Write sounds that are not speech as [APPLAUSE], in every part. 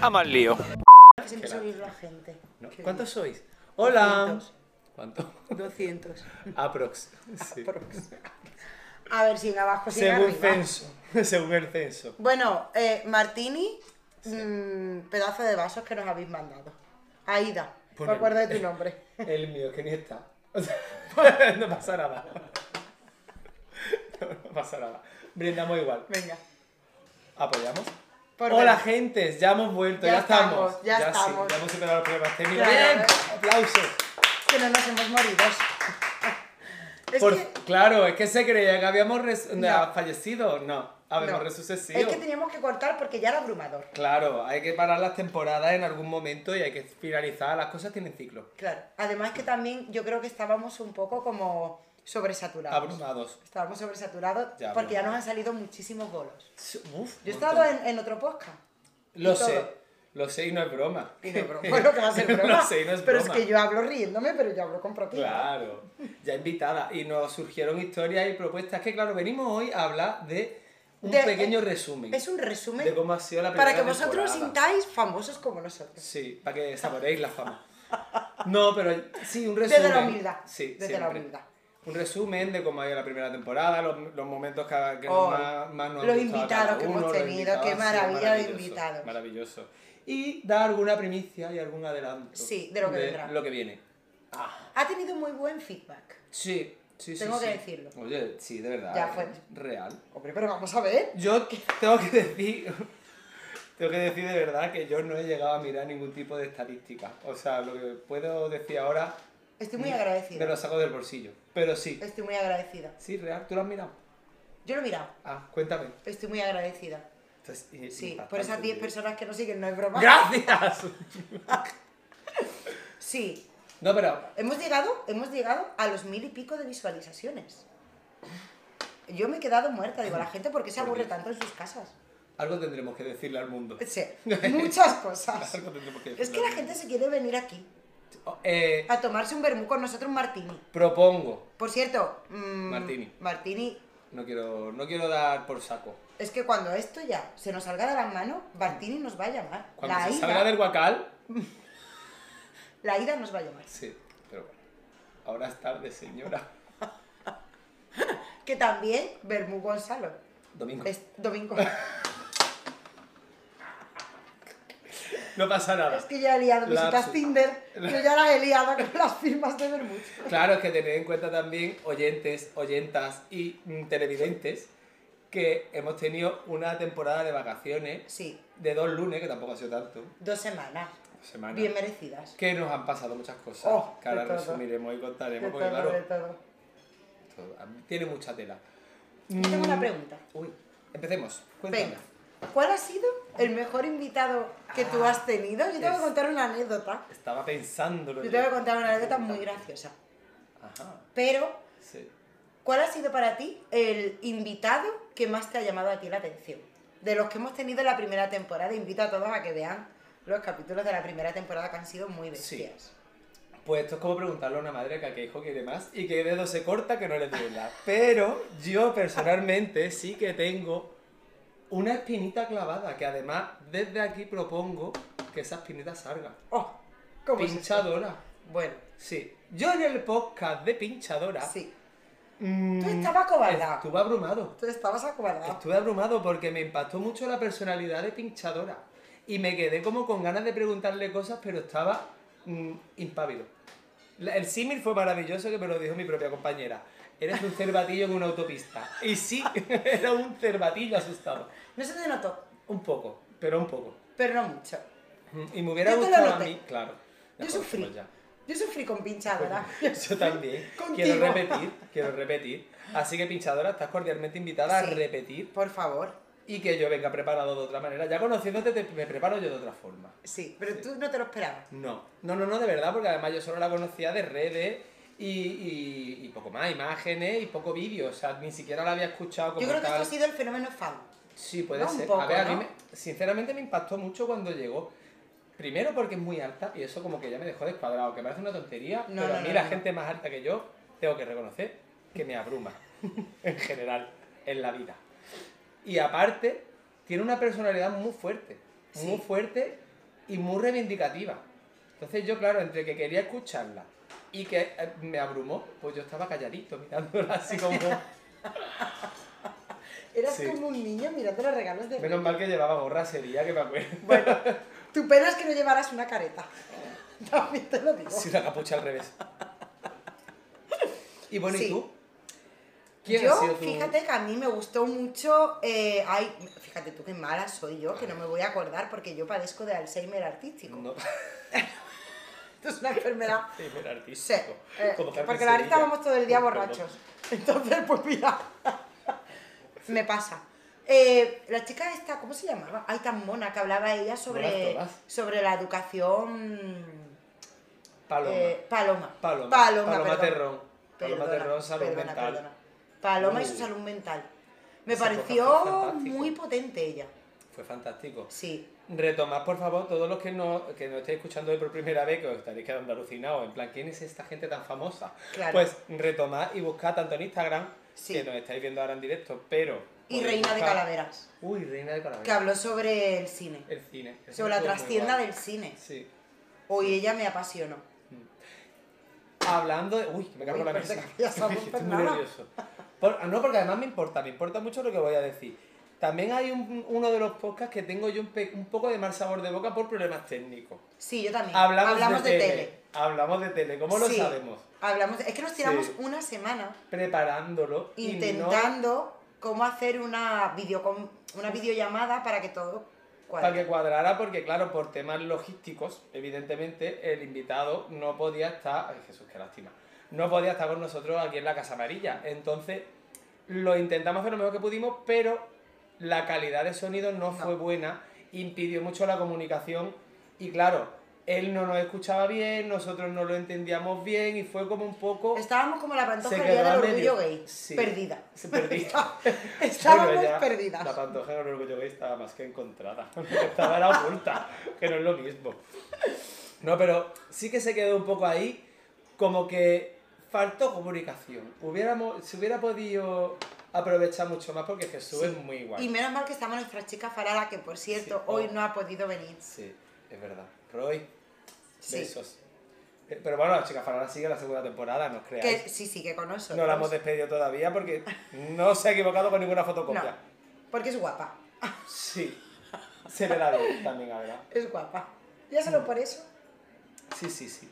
a más lío. Siempre se oírlo a gente. No, Que- ¿Cuántos sois? Hola. 200. ¿Cuánto? 200. Aprox. Sí. Aprox. A ver, sin abajo, sin Según arriba. censo. [LAUGHS] Según el censo. Bueno, eh, Martini, mm, pedazo de vasos que nos habéis mandado. Aida, Pues no. me acuerdo de tu nombre. El mío, que ni está. [LAUGHS] O sea, no pasa nada. No, no pasa nada. Brindamos igual. Venga. ¿Apoyamos? Por Hola, ver. gentes. Ya hemos vuelto. Ya Ya, estamos. estamos, ya sí, estamos. ya hemos superado los problemas técnicos. Claro. ¡Bien! ¡Aplausos! Que no nos hemos morido. [LAUGHS] Es Por- que- Claro, es que se creía que habíamos res- No. fallecido. No, habíamos no. resucitado. Es que teníamos que cortar porque ya era abrumador. Claro, hay que parar las temporadas en algún momento y hay que finalizar. Las cosas tienen ciclo. Claro. Además que también yo creo que estábamos un poco como sobresaturados. Abrumados. Estábamos sobresaturados Ya, porque ya abrumados. nos han salido muchísimos bolos. Uf, Yo he montón. estado en, en otro podcast. Lo y todo. sé, lo sé y no es broma. Y no [LAUGHS] es broma. Bueno, que va a ser broma. lo sé y no es pero broma. es que yo hablo riéndome, pero yo hablo con propiedad. Claro, ya invitada. Y nos surgieron historias y propuestas que, claro, venimos hoy a hablar de un De- pequeño eh, resumen. Es un resumen De cómo ha sido la para que primera vosotros temporada. sintáis famosos como nosotros. Sí, para que saboreéis la fama. No, pero sí, un Desde resumen. la humildad. Sí, Desde la siempre. humildad. Un resumen de cómo ha ido la primera temporada, los, los momentos que, que Oh, más, más nos han los gustado a cada invitados que uno, hemos los tenido, invitados, qué sí, maravilla de maravilloso, invitados. Maravilloso. Y da alguna primicia y algún adelanto. Sí, de lo que vendrá. lo que viene. Ha tenido muy buen feedback. Sí, sí, sí. Tengo sí. que decirlo. Oye, sí, de verdad. Ya eh, fue. Real. Hombre, pero vamos a ver. Yo tengo que decir. [LAUGHS] Tengo que decir de verdad que yo no he llegado a mirar ningún tipo de estadística. O sea, lo que puedo decir ahora Estoy muy me agradecida. lo saco del bolsillo. Pero Mm, sí. Estoy muy agradecida. Sí, real. ¿Tú lo has mirado? Yo lo he mirado. Ah, cuéntame. Estoy muy agradecida. Entonces, Sí, impactante, por esas 10 tío. personas que nos siguen, no es broma. ¡Gracias! Sí, No, pero. hemos llegado, hemos llegado a los mil y pico de visualizaciones. Yo me he quedado muerta, digo, [LAUGHS] la gente, ¿por qué se Por aburre Dios. tanto en sus [LAUGHS] casas? Algo tendremos que decirle al mundo. Sí, muchas [LAUGHS] cosas. Algo tendremos que decirle Es que la al mundo. gente se quiere venir aquí Oh, eh, a tomarse un vermú con nosotros, un martini. propongo. Por cierto, mm, Martini. Martini, No quiero, no quiero dar por saco. es que cuando esto ya se nos salga de las manos, Martini nos va a llamar. Cuando La se ida, salga del guacal. la ida nos va a llamar. Sí, pero bueno. Ahora es tarde, señora. [LAUGHS] Que también Bermú Gonzalo. Domingo. Es [LAUGHS] domingo. No pasa Es nada. que ya he liado La- visitas Tinder, [LAUGHS] yo ya las he liado con las firmas de Bermud. Claro, es que tened en cuenta también oyentes, oyentas y mm, televidentes que hemos tenido una temporada de vacaciones Sí, de dos lunes, que tampoco ha sido tanto, dos semanas, semanas, bien merecidas. que nos han pasado muchas cosas, Oh, que ahora de todo. resumiremos y De contaremos, todo, porque claro, de todo. todo- tiene mucha tela. Yo Tengo una pregunta. Uy, empecemos, cuéntame. Venga, ¿cuál ha sido el mejor invitado que tú has tenido? Yo te voy a es- contar una anécdota. Estaba pensándolo. Yo te voy a contar una anécdota muy graciosa. Ajá, Pero, sí. ¿cuál ha sido para ti el invitado que más te ha llamado a ti la atención? De los que hemos tenido en la primera temporada, invito a todos a que vean los capítulos de la primera temporada que han sido muy bestias. Pues esto es como preguntarle a una madre que a qué hijo quiere más y qué dedo se corta que no le duela. Pero yo personalmente sí que tengo una espinita clavada que además desde aquí propongo que esa espinita salga. Oh, ¿cómo es esto? Pinchadora. Bueno, Sí. Yo en el podcast de Pinchadora. sí. mm, Tú estabas Ah. cobardado. Estuve abrumado. Tú estabas acobardado. Estuve abrumado porque me impactó mucho la personalidad de Pinchadora. Y me quedé como con ganas de preguntarle cosas, pero estaba mm, impávido. La- el símil fue maravilloso que me lo dijo mi propia compañera. Eres un cervatillo en una autopista. Y sí, [LAUGHS] era un cervatillo asustado. No se te notó, Un poco, pero un poco. pero no mucho. Mm, Y me hubiera Yo te lo gustado a noté. mí, claro. Ya Yo conocemos sufrí. ya. Pues Yo sufrí con pinchadora. [LAUGHS] Yo también. Contigo. Quiero repetir, quiero repetir. Así que, Pinchadora, estás cordialmente invitada Sí. a repetir Por favor. y que yo venga preparado de otra manera. Ya conociéndote, te- me preparo yo de otra forma. Sí, pero Sí. tú no te lo esperabas. No, no, no, no, de verdad, porque además yo solo la conocía de redes y, y- y poco más, imágenes y poco vídeo. O sea, ni siquiera la había escuchado como Yo creo que tal. esto ha sido el fenómeno fan. Sí, puede ¿no? Un ser. poco, a ver, a ¿no? mí, me- sinceramente, me impactó mucho cuando llegó. Primero porque es muy alta y eso como que ya me dejó descuadrado, que parece una tontería, No, pero no, a mí no, la no. gente más alta que yo tengo que reconocer que me abruma [LAUGHS] en general en la vida. Y aparte, tiene una personalidad muy fuerte, muy Sí. fuerte y muy reivindicativa. Entonces yo, claro, entre que quería escucharla y que eh, me abrumó, pues yo estaba calladito [LAUGHS] mirándola así [LAUGHS] como... Eras Sí. como un niño mirando los regalos de Menos mal que llevaba gorra ese día, que me acuerdo. Bueno, tu pena es que no llevaras una careta. [LAUGHS] También te [LAUGHS] lo digo. Sí, una capucha al revés. Y bueno, Sí. ¿y tú? yo, fíjate que a mí me gustó mucho. eh, ay, fíjate tú qué mala soy yo, que no me voy a acordar porque yo padezco de Alzheimer artístico. No, [LAUGHS] Esto es una enfermedad. era Sí, artístico. eh, Como Carmen porque la neta Sevilla. vamos todo el día Como- borrachos. Entonces, pues mira, [LAUGHS] me pasa. Eh, la chica esta, ¿cómo se llamaba? Ay, tan mona, que hablaba ella sobre, todas. sobre la educación Paloma. eh, paloma. Paloma. Paloma, perdón. Terrón. Paloma Perdona, Terrón, salud perdona, mental. perdona. Paloma y su Uy. salud mental. Me Esa época fue pareció fantástico. muy potente ella. Fue fantástico. Sí. Retomad, por favor, todos los que no, que nos estéis escuchando hoy por primera vez, que os estaréis quedando alucinados, en plan, ¿quién es esta gente tan famosa? Claro. Pues retomad y buscad tanto en Instagram, Sí. que nos estáis viendo ahora en directo, pero... Y podéis Reina de buscar- Calaveras, Uy, Reina de que Calaveras. habló sobre el cine. El cine. El cine Sobre la estuvo muy trastienda guay. del cine. Sí. Hoy ella me apasionó. Hablando de... Uy, que [LAUGHS] me cargo Uy, la pensé mesa. que ya estaba Estoy muy Fernanda. nervioso. Por- ah, no, porque además me importa, me importa mucho lo que voy a decir. También hay un- uno de los podcasts que tengo yo un, pe- un poco de mal sabor de boca por problemas técnicos. Sí, yo también. Hablamos, de, tele. Hablamos de tele, ¿cómo lo Sí, sabemos? Hablamos de- Es que nos tiramos Sí. una semana Preparándolo. y no- intentando cómo hacer una, videocom- una videollamada para que todo cuadre. Para que cuadrara, porque claro, por temas logísticos, evidentemente, el invitado no podía estar. Ay, Jesús, qué lástima. No podía estar con nosotros aquí en la Casa Amarilla. Entonces, lo intentamos hacer lo mejor que pudimos, pero la calidad de sonido no, No. fue buena, impidió mucho la comunicación. Y claro, él no nos escuchaba bien, nosotros no lo entendíamos bien, y fue como un poco. Estábamos como la Se pantoja quedó del a orgullo medio. gay. Sí. Perdida. Se perdió. [LAUGHS] Estábamos Bueno, ya perdidas. La pantoja con orgullo gay estaba más que encontrada. [LAUGHS] estaba era oculta, que no es lo mismo. No, pero sí que se quedó un poco ahí, como que faltó comunicación. Hubiéramos, se hubiera podido aprovechar mucho más porque Jesús Sí. es muy guay. Y menos mal que estaba nuestra chica Farala, que por cierto, Sí. oh. hoy no ha podido venir. Sí, es verdad. Roy, Sí. besos. Eh, Pero bueno, la chica Farala sigue la segunda temporada, no os creáis. Que, sí, sí, que con nosotros. No la hemos despedido todavía porque no se ha equivocado con ninguna fotocopia. No, porque es guapa. Sí. Se le da bien también, la verdad. Es guapa. Ya Mm. solo por eso. Sí, sí, sí.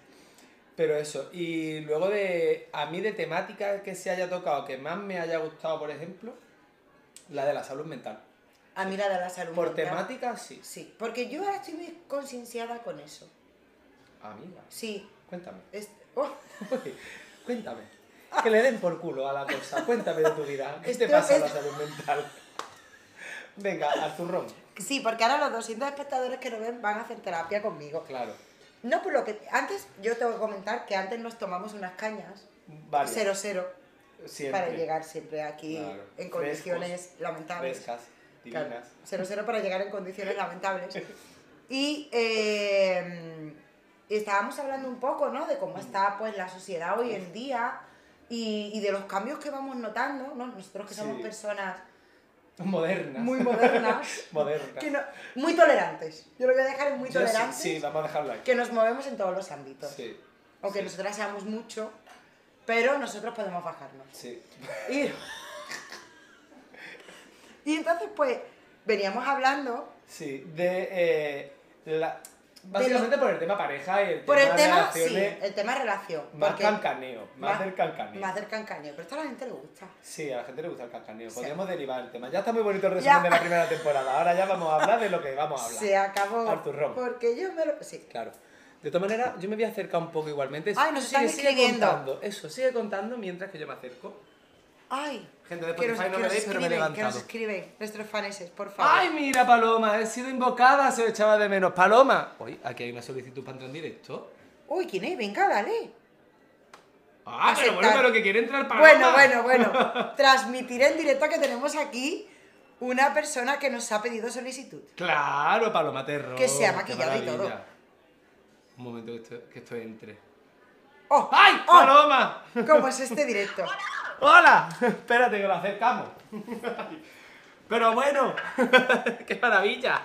Pero eso, y luego de. A mí de temática que se haya tocado, que más me haya gustado, por ejemplo, la de la salud mental. A mí la de la salud. Por mental. temática, sí. Sí, porque yo ahora estoy muy concienciada con eso. Amiga, Sí. cuéntame. es- oh, cuéntame. Que le den por culo a la cosa. Cuéntame de tu vida. ¿Qué te Esto pasa en la es- salud mental? Venga, al zurrón. sí, porque ahora los 200 espectadores que nos ven van a hacer terapia conmigo. Claro. No, por lo que... Antes, yo tengo que comentar que antes nos tomamos unas cañas. Vale. Cero, cero. Siempre. Para llegar siempre aquí Claro. en condiciones lamentables. Frescas, Claro, divinas. cero, cero para llegar en [LAUGHS] condiciones lamentables. Y eh, estábamos hablando un poco, ¿no? De Mm. cómo está pues la sociedad hoy en día y, y de los cambios que vamos notando, ¿no? Nosotros que somos Sí. personas Modernas. muy [LAUGHS] modernas, Modernas. que no- muy tolerantes. Yo lo voy a dejar en muy Yo sí- tolerantes, Sí, vamos a dejarlo ahí. que nos movemos en todos los ámbitos. Sí, Aunque sí. nosotras seamos mucho, pero nosotros podemos bajarnos. sí. Y, [LAUGHS] y entonces, pues, veníamos hablando Sí, de. eh, la- Básicamente por el tema pareja y el por tema el de tema, sí, relaciones. el tema relación. Más porque- cancaneo, más, del cancaneo. Más del cancaneo, pero esto a la gente le gusta. Sí, a la gente le gusta el cancaneo. Sí. Podríamos derivar el tema. Ya está muy bonito el resumen Ya. de la primera temporada. Ahora ya vamos a hablar de lo que vamos a hablar. Se acabó. Artur Rom. Porque yo me lo. Sí. Claro. De todas maneras, yo me voy a acercar un poco igualmente. Ay, nos Sigue- están sigue escribiendo. contando. Eso, sigue contando mientras que yo me acerco. Ay. Gente de que nos- Spotify no que me nos veis, pero me he escriben, Que nos levantado. escriben nuestros faneses, por favor. ¡Ay, mira, Paloma! He sido invocada, se os echaba de menos. ¡Paloma! Uy, aquí hay una solicitud para entrar en directo. Uy, ¿quién es? Venga, dale. ¡Ah, pero bueno, Aceptar. pero que quiere entrar Paloma! Bueno, bueno, bueno. Transmitiré en directo que tenemos aquí una persona que nos ha pedido solicitud. Claro, Paloma Terro. Que se ha qué maquillado y todo. maravilla. Un momento que esto, que esto entre. ¡Oh! ¡Ay, ¡Oh! Paloma! ¿Cómo es este directo? ¡Hola! [LAUGHS] Espérate que lo acercamos. [LAUGHS] Pero bueno, [LAUGHS] qué maravilla.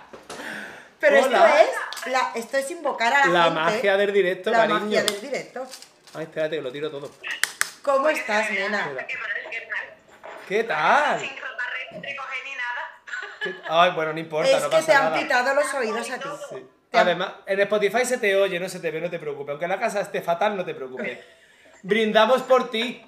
Pero Hola. esto es la- esto es invocar a la, La gente. magia del directo, la cariño. magia del directo. Ay, espérate, que lo tiro todo. ¿Cómo estás, nena? Espera. ¿Qué tal? ¿Qué ¿Qué tal? tal? Sin ropa recoger ni nada. [LAUGHS] ¿Qué- Ay, bueno, no importa, Es no que pasa te han nada. pitado los oídos a ti. Sí. Te han- Además, en Spotify se te oye, no se te ve, no te preocupes. Aunque la casa esté fatal, no te [LAUGHS] preocupes. Brindamos por ti.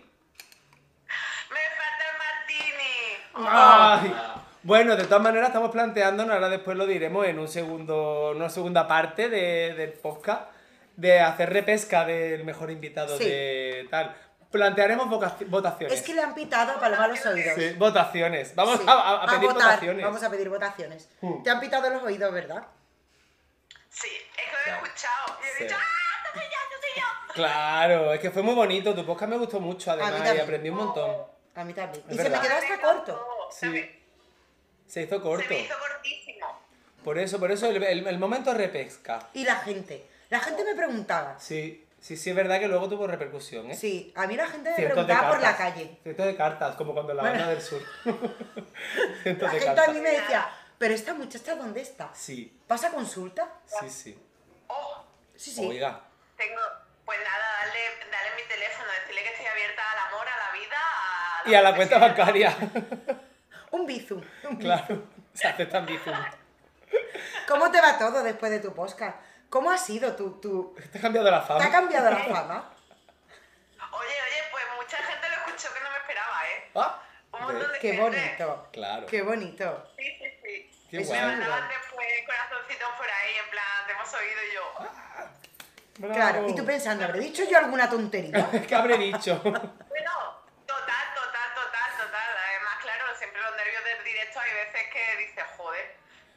Me falta el martini. Ah, Ay. Bueno, de todas maneras estamos planteándonos, ahora después lo diremos en un segundo, una segunda parte de- del podcast, de hacer repesca del mejor invitado Sí. de tal. Plantearemos vocaci- votaciones. Es que le han pitado a Paloma los oídos. Sí, votaciones. Vamos Sí, a, a- a pedir votar. votaciones. Vamos a pedir votaciones. Hmm. Te han pitado los oídos, ¿verdad? Sí, es que lo he Claro. escuchado. Y he Sí. dicho, ¡ah! ¡No soy yo, no soy yo! Claro, es que fue muy bonito, tu podcast me gustó mucho además y también. aprendí un montón. A mí también. Es Y se me verdad. quedó hasta corto. Se me- Sí. Se hizo corto. Se me hizo cortísimo. Por eso, por eso el, el- el momento repesca. Y la gente. La gente me preguntaba. Sí, sí, sí, es verdad que luego tuvo repercusión, ¿eh? Sí, a mí la gente me Cientos de preguntaba por la cartas. calle. Cientos de cartas, como cuando la Bueno. banda del sur. [LAUGHS] Cientos La de gente a mí cartas. me decía, pero esta muchacha, ¿dónde está? Sí, ¿Pasa consulta? sí, sí. Oh, Sí, sí. Oiga, tengo. Pues nada, dale, dale mi teléfono, decirle que estoy abierta al amor, a la vida, a y a la cuenta [LAUGHS] bancaria. Un bizu. claro, se aceptan bizum. ¿Cómo te va todo después de tu podcast? ¿Cómo ha sido tu... tu... Te ha cambiado la ¿Te ha fama. cambiado la fama? Oye, oye, pues mucha gente lo escuchó que no me esperaba, ¿eh? Ah, Un montón de Qué gente. bonito. Claro. Qué bonito. Sí, sí, sí. Qué me guay. mandaban después corazoncitos por ahí, en plan, te hemos oído y yo. Bravo. Claro. Y tú pensando, ¿habré dicho yo [LAUGHS] alguna tontería? ¿Qué habré dicho? Bueno, total, total, total, total. Además, claro, siempre los nervios del directo hay veces que dices, joder,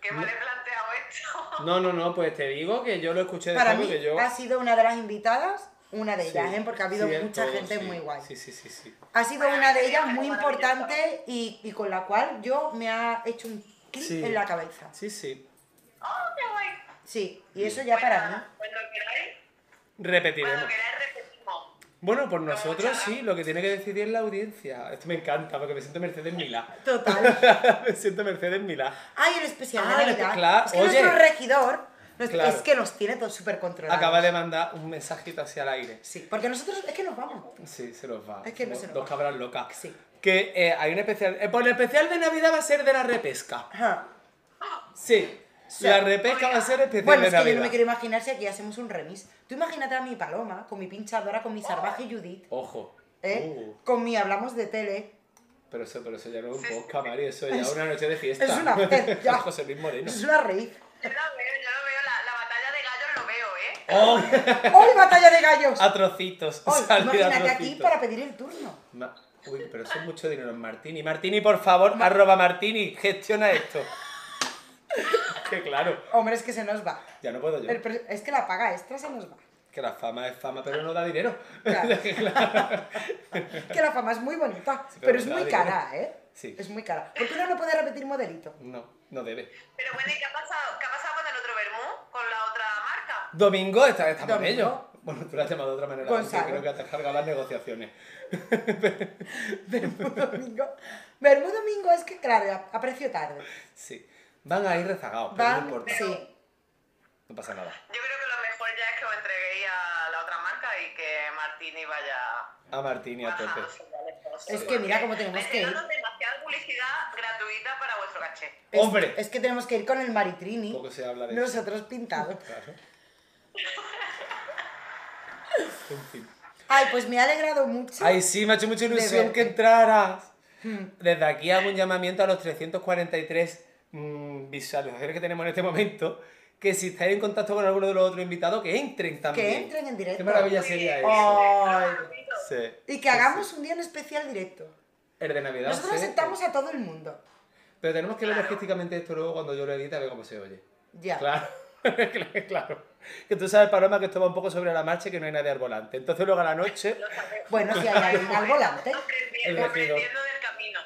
qué mal he planteado esto. [LAUGHS] No, no, no, pues te digo que yo lo escuché de Para fondo, mí que yo... ha sido una de las invitadas, una de ellas, Sí, ¿eh? porque ha habido sí, en mucha todo, gente sí. muy guay. Sí, sí, sí, sí. Ha sido Para una mí de sería ellas muy maravilloso. importante y, y con la cual yo me ha hecho un clic Sí. en la cabeza. Sí, sí. ¡Oh, qué guay! Sí, y eso ya Pues para mí. nada, Cuando queráis, cuando Repetiremos. queráis repetimos. Bueno, por nosotros sí, lo que tiene que decidir es la audiencia. Esto me encanta, porque me siento Mercedes Milá. [LAUGHS] Total. me siento Mercedes Milá. Ay, el especial Ah, de el Navidad. espe- claro, Es que oye. nuestro regidor nos- Claro. es que nos tiene todo súper controlados. Acaba de mandar un mensajito hacia el aire. Sí, porque nosotros es que nos vamos. Sí, se los va. Es que no Somos se nos Dos va. cabras locas. Sí. Que eh, hay un especial... eh, pues el especial de Navidad va a ser de la repesca. Ajá. Sí. Sí. La repesca va a ser especial Bueno, de es que yo no Navidad. me quiero imaginar si aquí hacemos un remis. Tú imagínate a mi paloma, con mi pinchadora, con mi salvaje Judith, Ojo. ¿eh? Uh, con mi hablamos de tele. pero, eso, pero eso ya no es Sí, un sí. podcast, Mario. Eso ya es una noche de fiesta. Es una [LAUGHS] fe, ya. José Luis Moreno. Es una raíz. Yo lo veo, yo lo veo, la, la batalla de gallos lo veo, ¿eh? ¡Oh! ¡Hoy batalla de [LAUGHS] gallos! A trocitos. Hoy, Salí a imagínate aquí trocitos. para pedir el turno. Ma- Uy, pero eso es mucho dinero, Martini. Martini, por favor, arroba Martini, gestiona esto. [LAUGHS] que claro, Hombre, es que se nos va. ya no puedo yo. El pre- es que la paga extra se nos va. Que la fama es fama, pero no da dinero. [LAUGHS] Claro. Claro. Que la fama es muy bonita, [LAUGHS] Sí, pero pero es la muy de- cara, ¿eh? Sí. Es muy cara. Porque uno no puede [LAUGHS] repetir modelito. No, no debe. Pero bueno, ¿y qué ha pasado, qué ha pasado con el otro vermú? ¿Con la otra marca? Domingo, esta vez estamos Domingo. en ello. Bueno, tú la has llamado de otra manera. Gonzalo. porque Creo que te has cargado las negociaciones. Vermú [LAUGHS] domingo. Vermú domingo es que, claro, aprecio tarde. Sí. Van a ir rezagados, pero no Van, importa. sí. No pasa nada. Yo creo que lo mejor ya es que os entreguéis a la otra marca y que Martini vaya A Martini, a tope. bajándose ya de cosas, Es que mira cómo porque tenemos le que ir. estoy dando demasiada publicidad gratuita para vuestro caché. Es- ¡Hombre! Es, que tenemos que ir con el maritrini. Poco se habla de eso. Nosotros pintados. Claro. En fin. Ay, pues me ha alegrado mucho. Mm. Ay, sí, me ha hecho mucha ilusión verte. que entraras. Desde aquí hago un llamamiento a los 343 mm, visualizaciones que tenemos en este momento. Que si estáis en contacto con alguno de los otros invitados, que entren también. Que entren en directo. Qué maravilla Muy sería bien. eso. Ay. Sí, Y sí, que hagamos Pues sí. un día en especial directo. El de Navidad. Nosotros sí. aceptamos a todo el mundo. Pero tenemos que ver logísticamente esto luego cuando yo lo edite a ver cómo se oye. Ya. Claro. [LAUGHS] claro. Que tú sabes, Paloma, que esto va un poco sobre la marcha y que no hay nadie al volante. Entonces luego a la noche. Bueno, si [LAUGHS] hay alguien al volante. Aprendiendo, El vecino. aprendiendo del camino.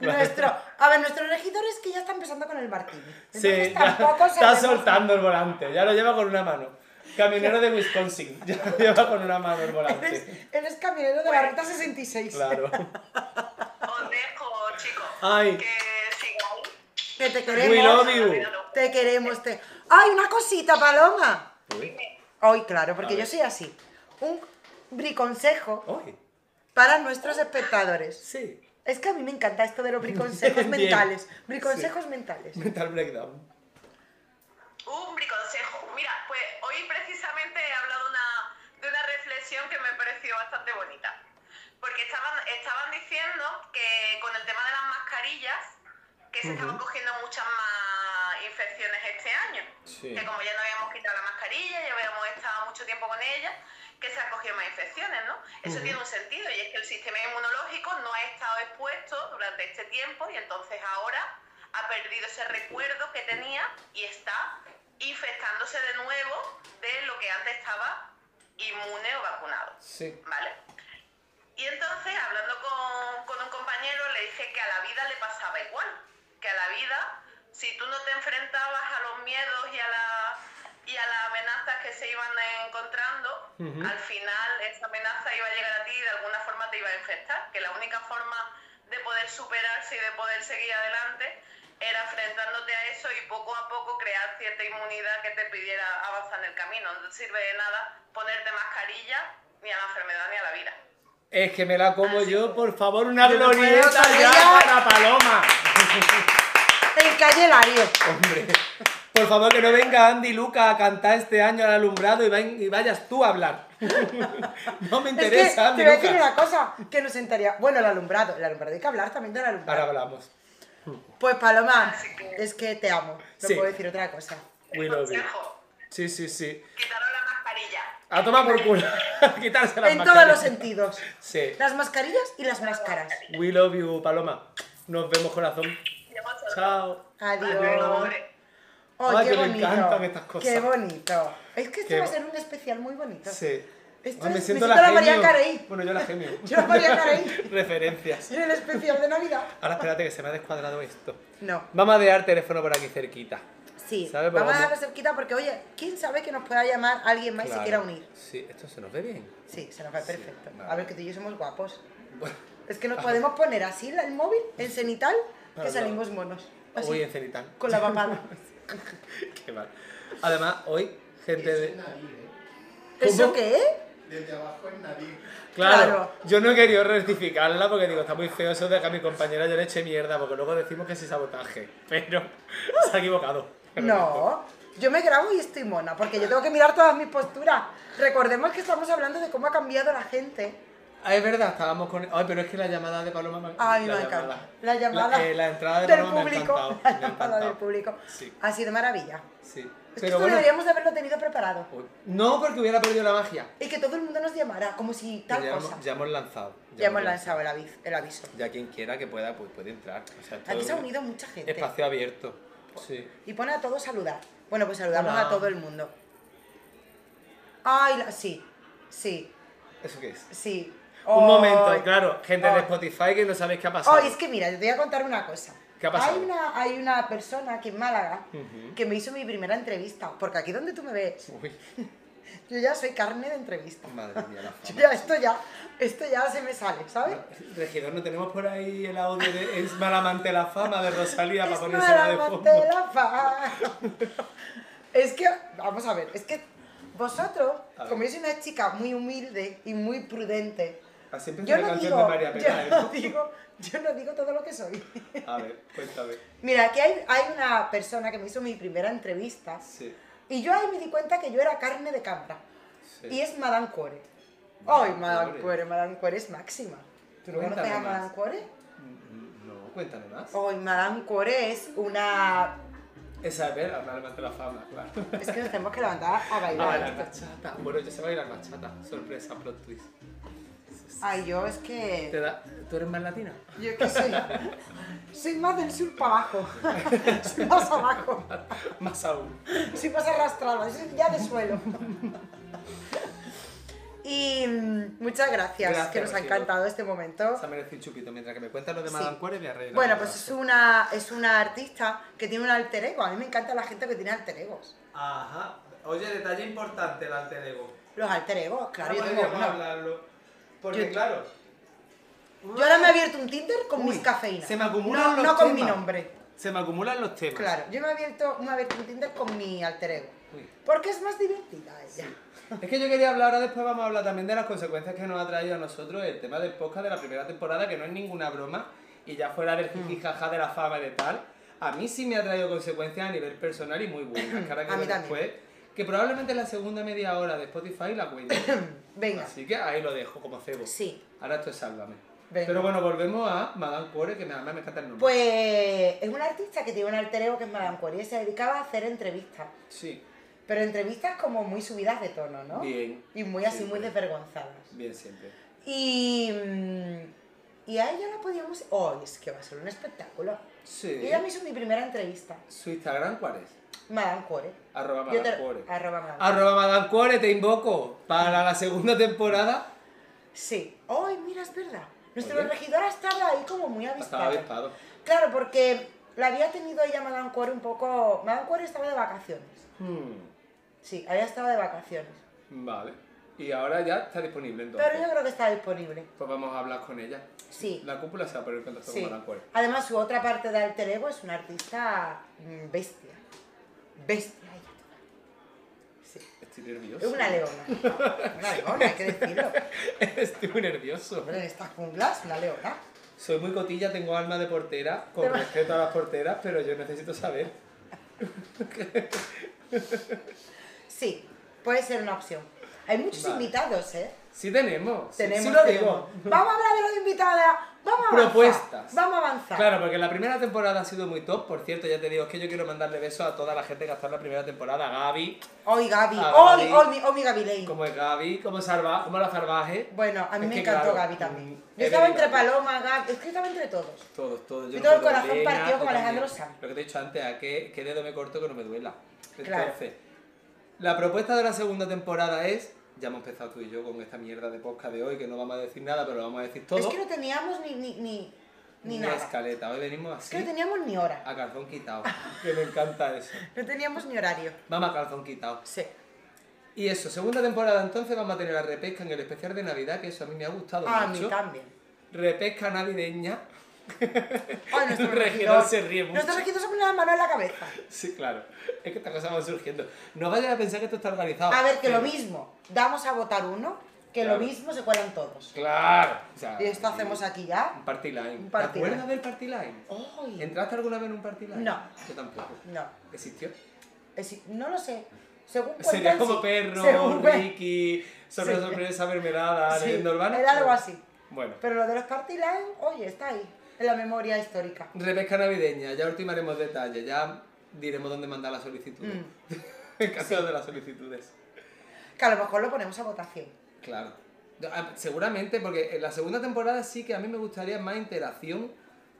Nuestro, a ver, nuestros regidores que ya están empezando con el martini. Entonces Sí, ya tampoco está sabemos- soltando el volante, ya lo lleva con una mano. Camionero de Wisconsin, [LAUGHS] ya lo lleva con una mano el Eres, volante. eres camionero de la ruta [LAUGHS] 66. Claro. Os dejo, chicos. Ay. Que sigáis. Que te We queremos. love you. Te queremos, te... ¡Ay, una cosita, Paloma! Uy, Hoy, claro, porque A yo ver. soy así. Un briconsejo uy, para nuestros espectadores. sí. Es que a mí me encanta esto de los briconsejos Bien. mentales. Briconsejos mentales. Mental breakdown. Un briconsejo. Mira, pues hoy precisamente he hablado una- de una reflexión que me pareció bastante bonita. Porque estaban, estaban diciendo que con el tema de las mascarillas, que se estaban Ujú. cogiendo muchas más infecciones este año. Sí. Que como ya no habíamos quitado la mascarilla, ya habíamos estado mucho tiempo con ella, que se han cogido más infecciones, ¿no? Eso Ujú. tiene un sentido y es que el sistema inmunológico no ha estado expuesto durante este tiempo y entonces ahora ha perdido ese recuerdo que tenía y está infectándose de nuevo de lo que antes estaba inmune o vacunado. Sí. ¿vale? Y entonces, hablando con, con un compañero, le dije que a la vida le pasaba igual, que a la vida, si tú no te enfrentabas a los miedos y a, la, y a las amenazas que se iban encontrando, Ujú. al final esa amenaza iba a llegar a ti y de alguna forma te iba a infectar, que la única forma de poder superarse y de poder seguir adelante era enfrentándote a eso y poco a poco crear cierta inmunidad que te pidiera avanzar en el camino. No te sirve de nada ponerte mascarilla ni a la enfermedad ni a la vida. Es que me la como yo, por favor, una Ah, Yo no puedo glorieta ya callar. para Paloma. El calle Lario. Hombre. Por favor, que no venga Andy Luca a cantar este año al alumbrado y, vain- y vayas tú a hablar. [LAUGHS] No me Es que te interesa, Andy voy a decir Luca. una cosa que nos sentaría. Bueno, el alumbrado. El alumbrado hay que hablar también del alumbrado. Ahora hablamos. Pues Paloma, es que te amo. No Sí. puedo decir otra cosa. We love you. Consejo, Sí, sí, sí. quitaros la mascarilla. A tomar por culo. [LAUGHS] Quitarse las en todos mascarillas. los sentidos. Sí. Las mascarillas y las máscaras. We love you, Paloma. Nos vemos, corazón. Chao. Adiós. Oh, Ay, qué que me bonito. encantan estas cosas. Qué bonito. Es que esto Qué va a bo- ser un especial muy bonito. Sí. Esto Ay, es- me siento la María genio. Carey. Bueno, yo la genio. [LAUGHS] Yo la [LAUGHS] María Carey. Referencias. ¿En [LAUGHS] el especial de Navidad? Ahora espérate que se me ha descuadrado esto. No. Vamos a dejar el teléfono por aquí cerquita. Sí. ¿Sabe? Pues Vamos a vamos- dejarlo cerquita porque, oye, quién sabe que nos pueda llamar alguien más y se Claro. quiera unir. Sí, esto se nos ve bien. [LAUGHS] Sí, se nos va Sí, perfecto. A vale. ver, que tú y yo somos guapos. Bueno, Es que nos podemos poner así la- el móvil en cenital que Claro. salimos monos. Así, hoy en Cenital. con [LAUGHS] la papada. Qué mal. Además, hoy, gente de. ¿Eso ¿Cómo? qué es? Desde abajo en nariz. Claro, Claro. yo no he querido rectificarla porque digo, está muy feo eso de que a mi compañera yo le eche mierda, porque luego decimos que es sabotaje. Pero [LAUGHS] se ha equivocado. No, yo me grabo y estoy mona, porque yo tengo que mirar todas mis posturas. Recordemos que estamos hablando de cómo ha cambiado la gente. Ah, es verdad, estábamos con. Ay, pero es que la llamada de Paloma me Ay, la me llamada. encanta. La llamada La, eh, la entrada de del Paloma me ha público. encantado, [LAUGHS] La me ha llamada del encantado. público. Sí, Ha sido maravilla. sí. Es Pero que esto bueno. deberíamos de haberlo tenido preparado. uy, No, porque hubiera perdido la magia. Y que todo el mundo nos llamara, como si Ya tal cosa. hemos, Ya, ya hemos lanzado. hemos lanzado el aviso. El aviso. Ya quien quiera que pueda, pues puede entrar. O sea, todo Aquí se ha un unido mucha gente. Espacio abierto. Sí. Y pone a todos saludar. Bueno, pues saludamos Hola. a todo el mundo. Ay, la- sí, sí, ¿Eso qué es? sí. Un momento, Ay. claro, gente de Ay. Spotify que no sabéis qué ha pasado. Oh, es que mira, te voy a contar una cosa. ¿Qué ha pasado? Hay una, hay una persona que en Málaga Ujú. que me hizo mi primera entrevista, porque aquí donde tú me ves, Uy, yo ya soy carne de entrevista. madre mía, la fama. Yo ya, esto ya, esto ya se me sale, ¿sabes? Regidor, ¿no tenemos por ahí el audio de Es Malamante la Fama de [LAUGHS] Rosalía para Es ponerse de Málaga, fondo? te la fa- Es que, vamos a ver, es que vosotros, A ver. como yo soy una chica muy humilde y muy prudente, Así empieza yo la no, canción digo, de María ¿eh? yo, Pérez. no digo, yo no digo todo lo que soy. A ver, cuéntame. Mira, aquí hay, hay una persona que me hizo mi primera entrevista Sí, y yo ahí me di cuenta que yo era carne de cámara. sí. Y es Madame Cuore. Madame Ay, Madame Cuore. Cuore, Madame Cuore es máxima. ¿Tú no Cuéntame conoces a más. Madame Cuore? Mm, No, cuéntame más. Ay, Madame Cuore es una... Esa es ver, Malamante la Fama, claro. Es que nos tenemos que levantar a Ah, bailar. la bachata. Bueno, yo sé bailar bachata. Sorpresa, plot twist. Ay, yo es ¿Te que... da... ¿Tú eres más latina? [LAUGHS] Yo es que soy... Soy más del sur para abajo. [LAUGHS] Soy más abajo. Más aún. Soy más arrastrada. Soy ya de suelo. Y mm, muchas gracias, Gracias, que nos ha Rocío. encantado este momento. Se ha merecido un chupito. Mientras que me cuentas lo de Sí. Madame Cuore, voy a reír. Bueno, pues es una, es una artista que tiene un alter ego. A mí me encanta la gente que tiene alter egos. Ajá. Oye, detalle importante el alter ego. Los alter egos, claro. No Yo, tengo podríamos uno. hablarlo. Porque, Yo- claro. Yo ahora me he abierto un Tinder con Uy, mis cafeínas. se me acumulan No, los no con mi temas. nombre. Se me acumulan los temas. Claro, yo me he abierto una vez en Tinder con mi alter ego. Uy. Porque es más divertida ella. Es que yo quería hablar, ahora después vamos a hablar también de las consecuencias que nos ha traído a nosotros el tema del podcast de la primera temporada, que no es ninguna broma, y ya fuera del Mm. jiji jaja de la fama y de tal, a mí sí me ha traído consecuencias a nivel personal y muy buenas, que ahora que [COUGHS] A mí lo también. después, que probablemente en la segunda media hora de Spotify la cuento. [COUGHS] [CLEARS THROAT] Venga. Así que ahí lo dejo como cebo. Sí. Ahora esto es Sálvame. Venga. Pero bueno, volvemos a Madame Cuore, que me, además me encanta el nombre. Pues es una artista que tiene un alter ego que es Madame Curie y se dedicaba a hacer entrevistas. Sí, Pero entrevistas como muy subidas de tono, ¿no? bien, Y muy así, Sí, muy pues. desvergonzadas. bien siempre. Y, mm, y a ella la podíamos... ¡Oh, es que va a ser un espectáculo! Sí. Y ella me hizo mi primera entrevista. ¿Su Instagram cuál es? Madame Cuore. Arroba Yo te- Madame Cuore. Arroba Madame Cuore. Arroba Madame Cuore, te invoco para la segunda temporada. Sí. ¡Ay, mira, es verdad! Nuestra Oye. regidora estaba ahí como muy Estaba avistada. avispado. Claro, porque la había tenido ella Madame Cuore un poco... Madame Cuore estaba de vacaciones. Hmm, Sí, había estado de vacaciones. vale. Y ahora ya está disponible entonces. Pero yo creo que está disponible. Pues vamos a hablar con ella. Sí. La cúpula se va a poner en contacto Sí. con Madame Cuore. Además, su otra parte de alter ego es una artista mm, bestia. Bestia ella. Sí. Estoy Es nervioso. una leona. Una leona, hay que decirlo. [LAUGHS] Estoy muy nervioso. Hombre, en estas junglas, una leona. Soy muy cotilla, tengo alma de portera, con respeto a las porteras, pero yo necesito saber. Sí, puede ser una opción. Hay muchos Vale. invitados, ¿eh? Sí tenemos. sí- Tenemos, sí lo tenemos. digo. Vamos a hablar de los invitados. Vamos a avanzar. Propuestas. Vamos a avanzar. Claro, porque la primera temporada ha sido muy top. Por cierto, ya te digo, es que yo quiero mandarle besos a toda la gente que ha estado en la primera temporada. A Gaby, Hoy Gaby. A Hoy, Gaby. hoy, mi- hoy mi Gaby Lane. Ah, como es Gaby, como, Sarva, como la Salvaje. Bueno, a mí Es me que, encantó claro, Gaby también. mm, Yo he estaba venido entre aquí. Paloma, Gaby. Es que estaba entre todos. Todos, todos. Yo no tengo el puedo, corazón partido tú como Alejandro también. Sanz. Lo que te he dicho antes, a qué, qué dedo me corto que no me duela. Entonces, Claro. la propuesta de la segunda temporada es, ya hemos empezado tú y yo con esta mierda de podcast de hoy, que no vamos a decir nada, pero lo vamos a decir todo. Es que no teníamos ni, ni, ni, ni Una nada. escaleta, hoy venimos Es así, que no teníamos ni hora. a calzón quitado, [LAUGHS] que me encanta eso. No teníamos ni horario. Vamos a calzón quitado. Sí. Y eso, segunda temporada entonces vamos a tener a Repesca en el especial de Navidad, que eso a mí me ha gustado A mí mucho. también. Repesca navideña. [LAUGHS] Ay, nuestro El [LAUGHS] regidor regidor. se ríe mucho. Nuestro regidor se pone la mano en la cabeza. Sí, claro. Es que estas cosas van surgiendo. No vayas a pensar que esto está organizado. A ver, que lo Pero- mismo. Damos a votar uno, que Claro. lo mismo se cuelan todos. Claro. O sea, Y esto hacemos sí. aquí ya. Un party line. Un party ¿Te acuerdas line. del party line? Ay, ¿Entraste alguna vez en un party line? No. Yo tampoco. No. ¿Existió? Es si- no lo sé. Según cuentan, Sería como Pues sí. perro, Según cuen- Ricky, sorpresa, Sí. sorpresa, mermelada, sí. leyenda urbana. Era algo así. Bueno. Pero lo de los party line, oye, está ahí. En la memoria histórica. Repesca navideña, ya ultimaremos detalles, ya diremos dónde mandar las solicitudes. Mm. [LAUGHS] en caso de las solicitudes. Que a lo mejor lo ponemos a votación. Claro. Ah, Seguramente, porque en la segunda temporada sí que a mí me gustaría más interacción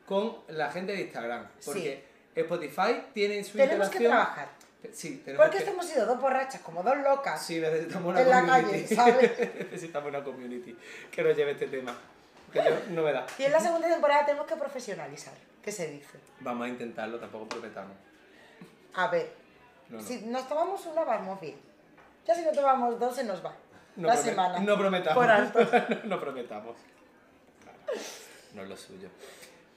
con la gente de Instagram. Porque Spotify tiene su Tenemos que interacción. trabajar. Sí, tenemos Porque que- esto hemos sido dos borrachas, como dos [LAUGHS] locas, Sí, necesitamos una en la calle, community. ¿sabes? [LAUGHS] necesitamos una community que nos lleve este tema. Que yo no me da. Y en la segunda temporada tenemos que profesionalizar, ¿qué se dice? Vamos a intentarlo, tampoco prometamos. A ver, No, no. si nos tomamos una, vamos bien. Ya si no tomamos dos, se nos va. No la prome- semana. No prometamos. Por alto. [LAUGHS] no prometamos. Claro, No es lo suyo.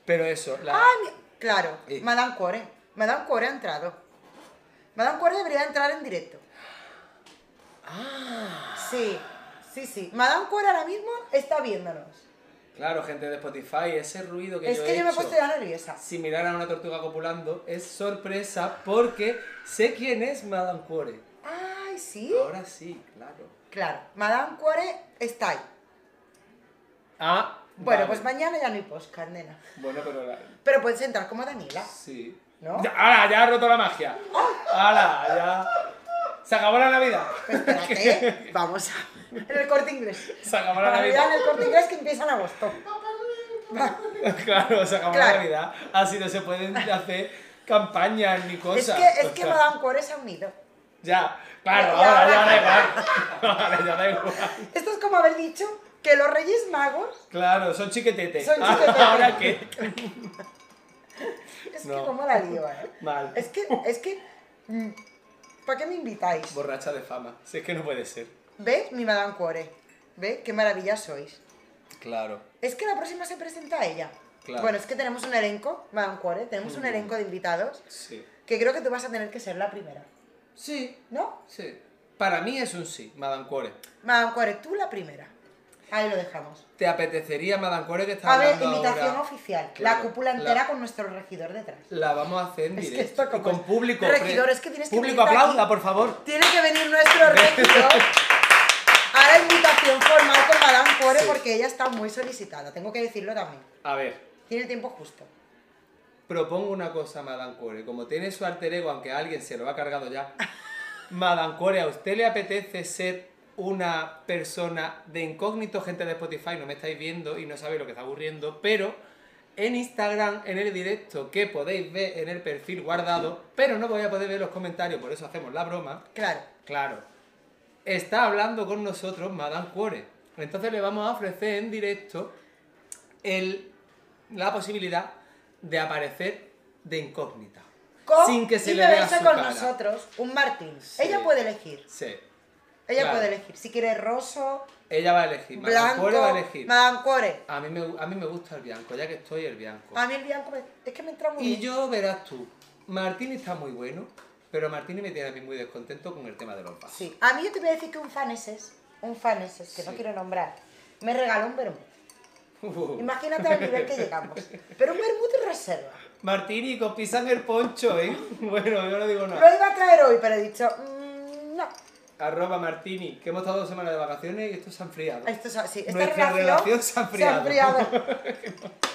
Pero eso, la... Ay, mi- claro, Eh. Madame Cuore. Madame Cuore ha entrado. Madame Cuore debería entrar en directo. Ah. Sí, sí, sí. Madame Cuore ahora mismo está viéndonos. claro, gente de Spotify, ese ruido que es yo que he yo me he hecho. puesto ya nerviosa. si miraran a una tortuga copulando, es sorpresa porque sé quién es Madame Cuore. Ay, sí. Ahora sí, claro. Claro, Madame Cuore está ahí. Ah, Bueno, vale. pues mañana ya no hay podcast, nena. Bueno, pero la... Pero puedes entrar como Daniela, Sí. ¿no? Ya, ¡Hala! Ya ha roto la magia. ¡Hala! Ya. Se acabó la Navidad. [LAUGHS] Pues Espérate, vamos a... En el corte inglés. Se acabó la Para Navidad en Navidad. el corte inglés que empieza en agosto. Claro, se acabó Claro. la Navidad. Así no se pueden hacer campañas ni Es cosas. que, es O que sea, Madame Cuore se ha unido. Ya, claro, Ya, ahora ya ahora. da igual. [LAUGHS] Ahora ya da igual. Esto es como haber dicho que los Reyes Magos... Claro, son chiquetetes. Son chiquetetes. Ahora que. Es que No. como la lío, ¿eh? Mal. Es que, es que... mm, ¿Para qué me invitáis? Borracha de fama. Si es que no puede ser. ¿Ve? Mi Madame Cuore. ¿Ve? Qué maravilla sois. Claro. Es que la próxima se presenta ella. Claro. Bueno, es que tenemos un elenco, Madame Cuore, tenemos un Mm. elenco de invitados Sí. que creo que tú vas a tener que ser la primera, Sí, ¿no? sí. Para mí es un sí, Madame Cuore. Madame Cuore, tú la primera. Ahí lo dejamos. ¿Te apetecería, Madame Cuore, que está A ver, hablando invitación ahora? oficial. Claro, la cúpula entera la- con nuestro regidor detrás. La vamos a hacer en Es que directo. esto como y con es- público. Regidor, pre- es que tienes que Público, venir aplauda, aquí. por favor. Tiene que venir nuestro [LAUGHS] regidor. Ahora invitación formal con Madame Cuore Sí. porque ella está muy solicitada, tengo que decirlo también. A ver, Tiene el tiempo justo. propongo una cosa, Madame Cuore. Como tiene su alter ego, aunque alguien se lo ha cargado ya. [LAUGHS] Madame Cuore, ¿a usted le apetece ser una persona de incógnito, gente de Spotify, no me estáis viendo y no sabéis lo que está ocurriendo, pero en Instagram, en el directo que podéis ver en el perfil guardado, pero no voy a poder ver los comentarios, por eso hacemos la broma. Claro. Claro. Está hablando con nosotros Madame Cuore. Entonces le vamos a ofrecer en directo el, la posibilidad de aparecer de incógnita. Con- sin que se y le vea beberse su con cara. nosotros un Martín. Sí. Ella puede elegir. Sí. Ella Claro. puede elegir. Si quiere roso, Ella va a elegir. Madame blanco, Cuore va a elegir. Madame Cuore. A mí, me, a mí me gusta el blanco, ya que estoy el blanco. A mí el blanco me- es que me entra muy Y bien. yo verás tú, Martini está muy bueno, pero Martini me tiene a mí muy descontento con el tema de los vasos. Sí. A mí yo te voy a decir que un faneses, un faneses que no Sí. quiero nombrar, me regaló un vermut. Uh. Imagínate al nivel que llegamos. Pero un vermut en reserva. Martini, con pisan el poncho, ¿eh? [LAUGHS] Bueno, yo no digo nada. Lo iba a traer hoy, pero he dicho, mm, no. Arroba Martini, que hemos estado dos semanas de vacaciones y esto se ha enfriado. Esto, es así. esta Nuestra relación, relación se ha enfriado. enfriado. [LAUGHS]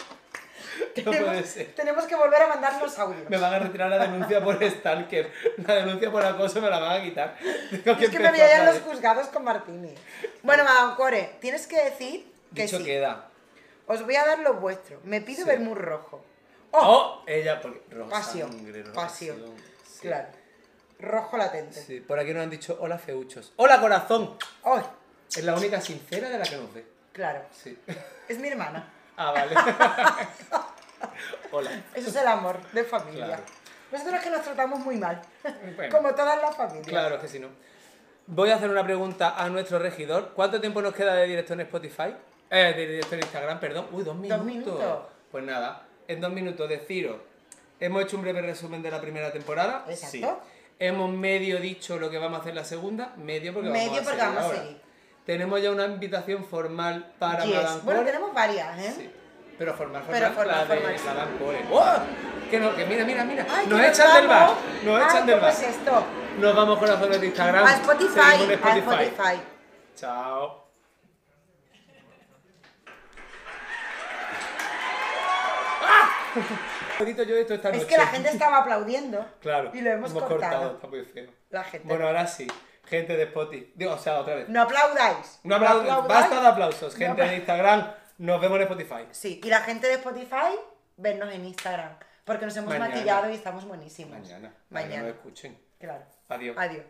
No puede Tenemos- ser. tenemos que volver a mandarnos audios. Me van a retirar la denuncia [LAUGHS] por stalker. La denuncia por acoso me la van a quitar. [LAUGHS] Tengo Es que me empezar voy a ir a otra los vez. juzgados con Martini. Bueno, Madame Core, tienes que decir que Dicho sí. queda. Os voy a dar lo vuestro. Me pido Sí. vermut rojo. Oh, Oh, ella, porque. rosa Pasión, sangre, rosa pasión. pasión. Sí. Claro. Rojo latente. Sí, por aquí nos han dicho hola feuchos. ¡Hola corazón! Ay, Es la única sincera de la que nos ve. claro. Sí. [LAUGHS] Es mi hermana. Ah, [LAUGHS] vale. hola. Eso es el amor de familia. Claro. Nosotros es que nos tratamos muy mal. Bueno. Como todas las familias. Claro que si no. Voy a hacer una pregunta a nuestro regidor. ¿Cuánto tiempo nos queda de directo en Spotify? Eh, de directo en Instagram, perdón. Uy, dos minutos. minutos. Pues nada, en dos minutos deciros. Hemos hecho un breve resumen de la primera temporada. Exacto. Hemos medio dicho lo que vamos a hacer la segunda, medio porque vamos Medio a porque seguir vamos a ahora. seguir. Tenemos ya una invitación formal para Yes. Madame Bueno, Cuore. tenemos varias, ¿eh? Sí. Pero formal, formal, Pero formal, la de formal. Madame Cuore. ¡Oh! Que no, que mira, mira, mira. Ay, nos que echan del bar. vamos. Nos Ay, echan del ¿cómo bar. es esto? Nos vamos corazones de Instagram. A Spotify, Seguimos en a Spotify. Chao. ¡Ah! Edito yo esto esta Es noche. que la gente estaba aplaudiendo. Claro. Y lo hemos, cortado. Está muy feo. La gente. Bueno, ahora sí. Gente de Spotify. Digo, o sea, otra vez. No aplaudáis. No aplausos. No aplaudáis. Basta de aplausos. No Gente apla- de Instagram. Nos vemos en Spotify. Sí, y la gente de Spotify, vernos en Instagram. Porque nos hemos Mañana. maquillado y estamos buenísimos. Mañana. Mañana. Mañana. nos escuchen. Claro. Adiós. Adiós.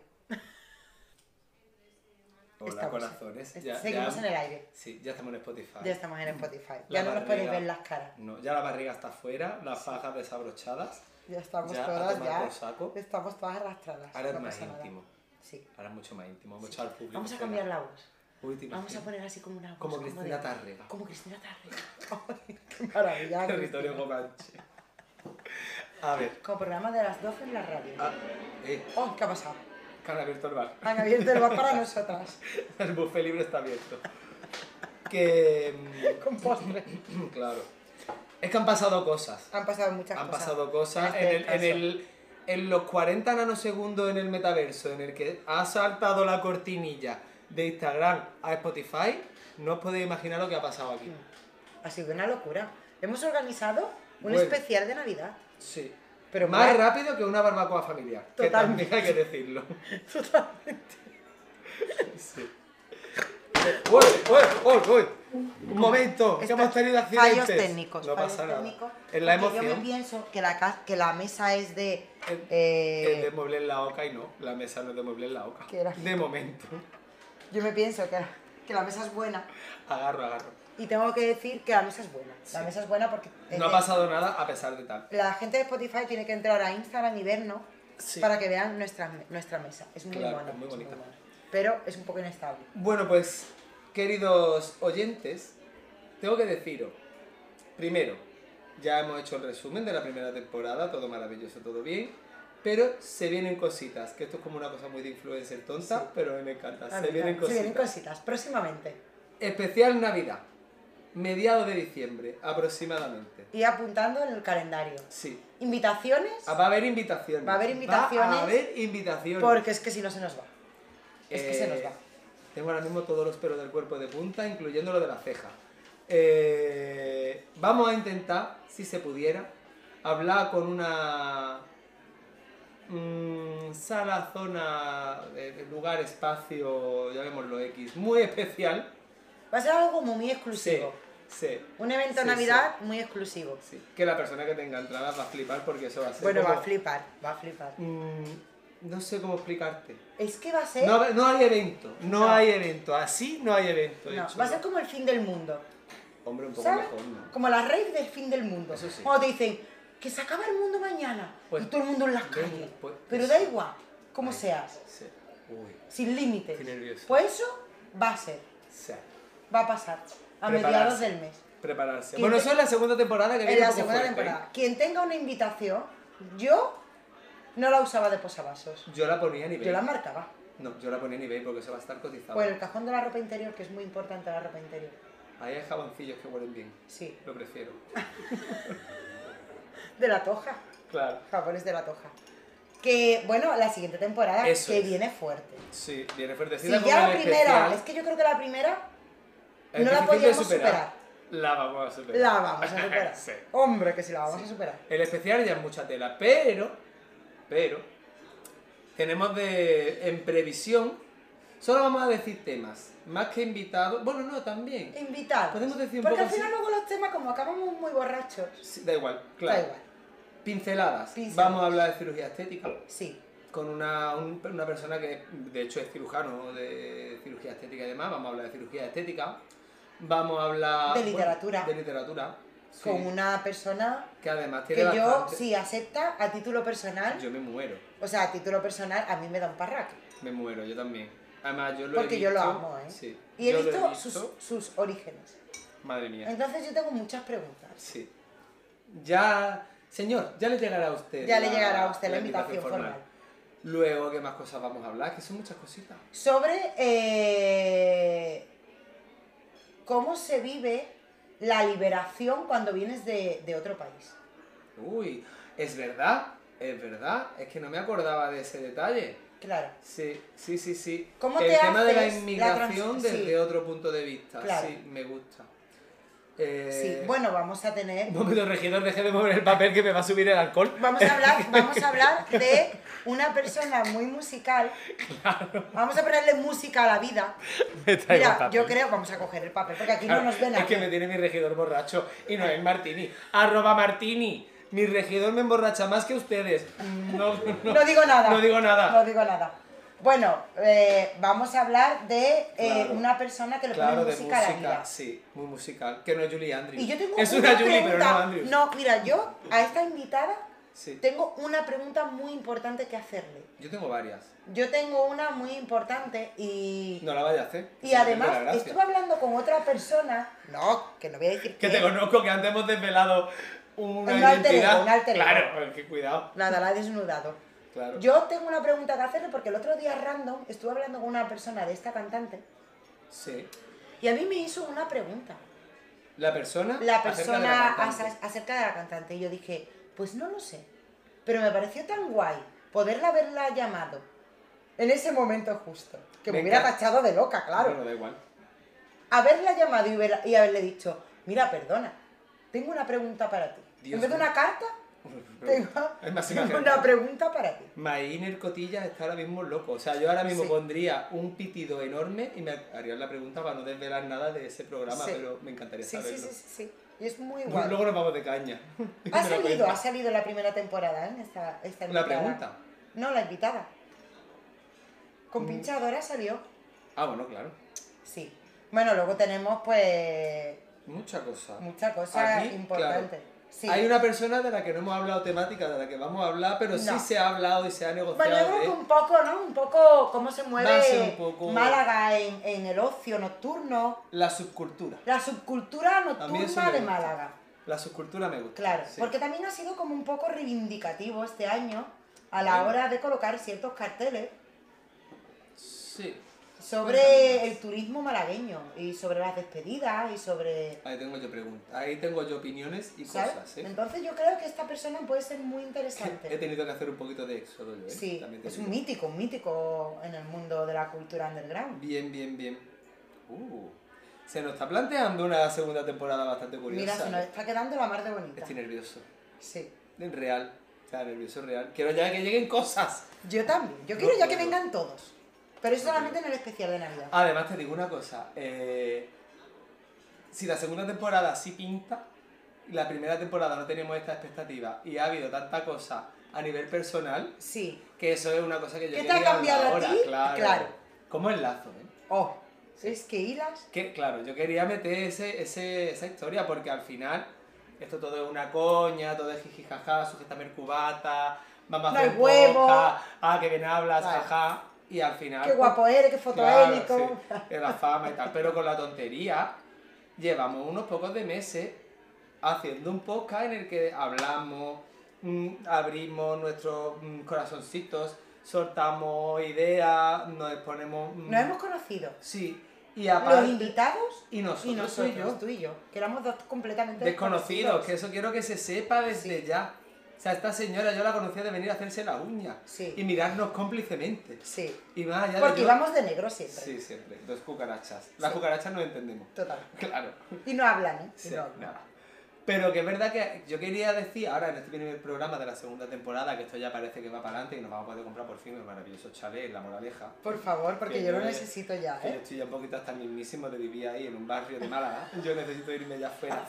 Hola, Estamos- corazones. es- Ya- seguimos ya- en el aire. Sí, ya estamos en Spotify. Ya estamos en Spotify. La Ya no nos barriga. podéis ver las caras. No, ya la barriga está afuera, las fajas desabrochadas. Ya estamos Ya, a todas tomar ya. por saco. Estamos todas arrastradas. Ahora es no más pasa nada. íntimo. Sí. Ahora es mucho más íntimo. Hemos echado al público. Vamos a cambiar la voz. última. Vamos a [LAUGHS] poner así como una voz. Como Cristina de- Tárrega. Como Cristina [LAUGHS] Tárrega. Ay, Qué maravilla. Territorio Cristina. Comanche. A ver. Como programa de las 12 en la radio. Ah, eh, Oh, ¿qué ha pasado? que han abierto el bar. [LAUGHS] Han abierto el bar para nosotras. El buffet libre está abierto. Que. Con postre. mm, [CLEARS THROAT] Claro. Es que han pasado cosas. Han pasado muchas Han cosas. pasado cosas. En, este el- en caso. el- en los 40 nanosegundos en el metaverso, en el que ha saltado la cortinilla de Instagram a Spotify, no os podéis imaginar lo que ha pasado aquí. Ha sido una locura. Hemos organizado un Bueno. especial de Navidad. Sí. Pero más bueno. rápido que una barbacoa familiar. Que Totalmente. también hay que decirlo. Totalmente. Sí. ¡Uy, uy, uy, uy! Un momento, que Estos hemos tenido accidentes. Fallos técnicos. No fallos pasa nada. técnicos, En la porque emoción. Yo me pienso que la, ca- que la mesa es de. El- eh, Es de mueble en la oca y no, la mesa no es de mueble en la oca. Que era- De momento. [LAUGHS] Yo me pienso que, que la mesa es buena. Agarro, agarro. Y tengo que decir que la mesa es buena. La Sí. mesa es buena porque. No ha eh, pasado nada a pesar de tal. La gente de Spotify tiene que entrar a Instagram y vernos Sí. para que vean nuestra, nuestra mesa. Es muy Claro, buena. es muy bonita. Pero es un poco inestable. Bueno, pues, queridos oyentes, tengo que deciros, primero, Ya hemos hecho el resumen de la primera temporada, todo maravilloso, todo bien. Pero se vienen cositas, que esto es como una cosa muy de influencer tonta, pero a mí me encanta. A se, mí vienen también. cositas. Se vienen cositas, próximamente. Especial Navidad, mediados de diciembre aproximadamente. Y apuntando en el calendario. Sí. Invitaciones, Ah, Va a haber invitaciones. Va a haber invitaciones. Va a haber invitaciones. porque es que si no se nos va. es que se nos va. Eh, Tengo ahora mismo todos los pelos del cuerpo de punta, incluyendo lo de la ceja. Eh, vamos a intentar, si se pudiera, hablar con una mm, sala, zona, eh, lugar, espacio, llamémoslo X, muy especial. Va a ser algo como muy Sí, exclusivo. sí, Un evento Sí, Navidad muy exclusivo. sí. Que la persona que tenga entradas va a flipar porque eso va a ser. Bueno, va como- a flipar, va a flipar. Mm, no sé cómo explicarte. Es que va a ser. No, no hay evento, no, No. hay evento, así no hay evento. Ah. no, hecho. va a ser como el fin del mundo. Hombre, un poco ¿Sabes? mejor, ¿no? Como la rave del fin del mundo. Eso sí. Cuando te dicen que se acaba el mundo mañana Pues, y todo el mundo en las venga, calles. pues, Pero pues, da igual, como Ay, seas, Sí. Uy, sin límites. Estoy nervioso. Pues eso va a ser, sí. va a pasar a Prepararse. mediados del mes. Prepararse. Quince- Bueno, eso es la segunda temporada que En viene la un poco segunda fuerte, ¿eh? temporada. Quien tenga una invitación, yo no la usaba de posavasos. Yo la ponía en eBay. Yo la marcaba. No, yo la ponía en eBay porque eso va a estar cotizado. Pues el cajón de la ropa interior, que es muy importante la ropa interior. Ahí hay jaboncillos que huelen bien. Sí, Lo prefiero. [LAUGHS] de la toja. Claro. Jabones de la toja. Que, bueno, la siguiente temporada Eso que es. viene fuerte. Sí, viene fuertecita Si con ya el la primera, especial. es que yo creo que la primera Es no difícil la de podíamos superar. La vamos a superar. la vamos a [LAUGHS] superar. Sí. Hombre, que si la vamos a superar. El especial ya es mucha tela, pero, pero, tenemos de, en previsión, solo vamos a decir temas, más que invitados, bueno, no, también, Invitar. Podemos decir un Porque poco al final así. luego los temas, como acabamos muy borrachos, Sí, da igual, claro. da igual. Pinceladas. Pinceladas. vamos a hablar de cirugía estética, Sí, con una, un- una persona que de hecho es cirujano de cirugía estética y demás, vamos a hablar de cirugía estética, vamos a hablar... De literatura. de literatura, sí, con una persona que además que tiene yo, bastante- si acepta a título personal, Yo me muero, o sea, a título personal, a mí me da un parraque. me muero, yo también. Además, yo lo he Porque yo lo visto- amo, ¿eh? Sí, Y he yo lo visto, Sus, sus orígenes. Madre mía. Entonces yo tengo muchas preguntas. Sí. Ya, señor, ya le llegará a usted. Ya le llegará a usted la invitación formal. Luego, ¿qué más cosas vamos a hablar? Que son muchas cositas. sobre eh, cómo se vive la liberación cuando vienes de, de otro país. Uy, es verdad, es verdad. Es que no me acordaba de ese detalle. Claro, Sí, sí, sí, sí. ¿Cómo El te tema de la haces la inmigración trans- desde sí. otro punto de vista. Claro. Sí, me gusta. Eh, sí. Bueno, vamos a [LAUGHS] tener... Un momento, regidor, deje de mover el papel que me va a subir el alcohol. [LAUGHS] Vamos a hablar, vamos a hablar de una persona muy musical. Vamos a ponerle música a la vida. Me traigo el Mira, papel. yo creo, vamos a coger el papel, porque aquí no Claro, nos ven Es que me tiene mi regidor borracho y no es Martini. Arroba Martini. Mi regidor me emborracha más que ustedes. No, no, No digo Mm. nada. No digo nada. No digo nada. Bueno, eh, vamos a hablar de eh, Claro. una persona que le claro, pone de música a la vida. música. Sí, muy musical. Que no es Julie Andrews. Y yo tengo es una, una Julie, pregunta. pero no Andrews. no, mira, yo a esta invitada Sí. tengo una pregunta muy importante que hacerle. Yo tengo varias. Yo tengo una muy importante y, No la vaya a hacer. y Se me pierde la además gracia. estuve hablando con otra persona. No, que no voy a decir Que quién. te conozco, que antes hemos desvelado una Un identidad. alter ego, un alter ego. Claro, es que cuidado. Nada, la he desnudado. Claro. Yo tengo una pregunta que hacerle porque el otro día random estuve hablando con una persona de esta cantante Sí. y a mí me hizo una pregunta. La persona. la acerca de la persona cantante. asa- acerca de la cantante. Y yo dije, pues no lo sé. Pero me pareció tan guay poderla haberla llamado en ese momento justo. Que me, Me hubiera encanta. tachado de loca, claro. Bueno, da [LAUGHS] igual. Haberla llamado y, hubiera- y haberle dicho, mira, perdona, tengo una pregunta para ti. Dios en vez de mío. una carta, tengo, Es más, [LAUGHS] tengo imagínate. una pregunta para ti. Mainer Cotilla está ahora mismo loco. O sea, yo ahora mismo Sí. pondría un pitido enorme y me haría la pregunta para no desvelar nada de ese programa, Sí. pero me encantaría Sí, sí, saberlo. sí, sí, sí. Y es muy Luego- [LAUGHS] guay. Luego nos vamos de caña. ha Me lo salido, cuenta. ha salido la primera temporada, ¿eh? Esta, esta La invitada. pregunta. No, la invitada. Con Mm. pinchadora salió. Ah, bueno, claro. Sí. Bueno, luego tenemos pues Mucha cosa. mucha cosa Aquí, importante. claro. Sí. Hay una persona de la que no hemos hablado temática, de la que vamos a hablar, pero sí No. se ha hablado y se ha negociado. Bueno, yo creo de- que un poco, ¿no? Un poco cómo se Va a ser mueve ¿eh? un poco- Málaga en, en el ocio nocturno, La subcultura. la subcultura me nocturna de gusta. Málaga. La subcultura me gusta. Claro, sí. porque también ha sido como un poco reivindicativo este año a la Bueno. hora de colocar ciertos carteles Sí. sobre el turismo malagueño y sobre las despedidas y sobre... Ahí tengo yo preguntas. Ahí tengo yo opiniones y ¿sabes? cosas, ¿eh? Entonces yo creo que esta persona puede ser muy He interesante. tenido que hacer un poquito de éxodo yo, ¿eh? Sí, También te es digo. un mítico, un mítico en el mundo de la cultura underground. Bien, bien, bien. Uh, se nos está planteando una segunda temporada bastante curiosa. Mira, se nos ¿eh? está quedando la mar de bonita. Estoy nervioso. Sí. Real. O sea, nervioso real. Quiero ya que lleguen cosas. Yo también. Yo No quiero ya que puedo. Ah. vengan todos. Pero eso solamente en el especial de Navidad. Además, te digo una cosa. eh, si la segunda temporada sí pinta, y la primera temporada no tenemos esta expectativa y ha habido tanta cosa a nivel personal, Sí. que eso es una cosa que yo ¿Qué te quería ha cambiado hablar a ahora, ti? Claro. Claro. ¿Cómo enlazo, eh? Oh, es que hilas. Que, claro, yo quería meter ese, ese- esa historia porque al final esto todo es una coña, todo es jiji jaja, sujétame el cubata, vamos No a hacer hay un huevo. podcast, ah, que bien hablas, Vale. jaja, y al final... Qué guapo eres, qué pues, fotoénico. claro, sí, de la fama y tal, pero con la tontería llevamos unos pocos de meses haciendo un podcast en el que hablamos, mm, abrimos nuestros mm, corazoncitos, soltamos ideas, nos exponemos... mm, Nos hemos conocido. Sí, y Los aparte... invitados Y nosotros, y nosotros, tú y yo, tú y yo, que éramos dos completamente desconocidos, desconocidos. que eso quiero que se sepa desde Sí. ya. O sea, esta señora yo la conocía de venir a hacerse la uña Sí. y mirarnos cómplicemente. Sí, Y más allá de. porque yo- íbamos de negro siempre. Sí, siempre. Dos cucarachas. Las Sí. cucarachas no entendemos. [LAUGHS] Total. Claro. Y no hablan, ¿eh? Y Sí, no hablan. nada. Pero que es verdad que yo quería decir, ahora en este primer programa de la segunda temporada, que esto ya parece que va para adelante y nos vamos a poder comprar por fin el maravilloso chalet, en la moraleja. Por favor, porque Que yo lo yo- necesito ya, Que yo ¿eh? estoy ya un poquito hasta mismísimo de vivir ahí en un barrio de [LAUGHS] Málaga. Yo necesito irme ya afuera.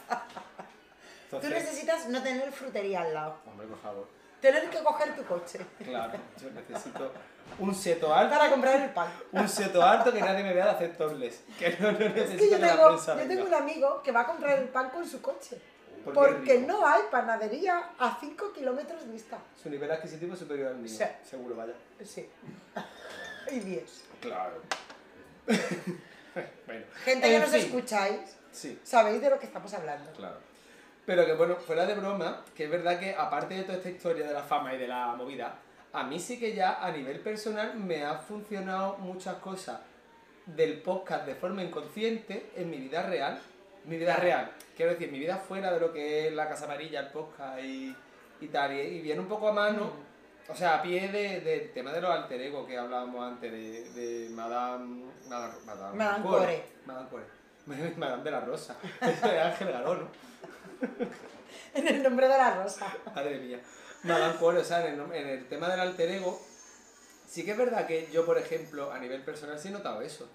Tú Entonces, necesitas no tener frutería al lado. Hombre, por favor. Tener que coger tu coche Claro, yo necesito un seto alto. para comprar el pan. Un seto alto que nadie me vea de hacer tobles. Que no, no Es necesito que yo la tengo, prensa yo venga. tengo un amigo que va a comprar el pan con su coche. Porque es Porque rico. no hay panadería a 5 kilómetros vista. Su nivel adquisitivo es superior al mío. Sí. Seguro, vaya. Sí. Y 10. Claro. [LAUGHS] bueno. Gente que En nos fin, escucháis, Sí. sabéis de lo que estamos hablando. Claro. Pero que bueno, fuera de broma, que es verdad que aparte de toda esta historia de la fama y de la movida, a mí sí que ya a nivel personal me han funcionado muchas cosas del podcast de forma inconsciente en mi vida real. Mi vida real, quiero decir, mi vida fuera de lo que es la Casa Amarilla, el podcast y, y tal. Y, y viene un poco a mano, Mm. o sea, a pie de- del tema de los alter ego que hablábamos antes, de, de Madame, Madame, Madame, Madame Core. Madame Core. [LAUGHS] Madame de la Rosa. de Ángel Garó, ¿no? En el nombre de la rosa. Madre mía. Madame Core, o sea, en el, nom- en el tema del alter ego, sí que es verdad que yo, por ejemplo, a nivel personal sí he notado eso.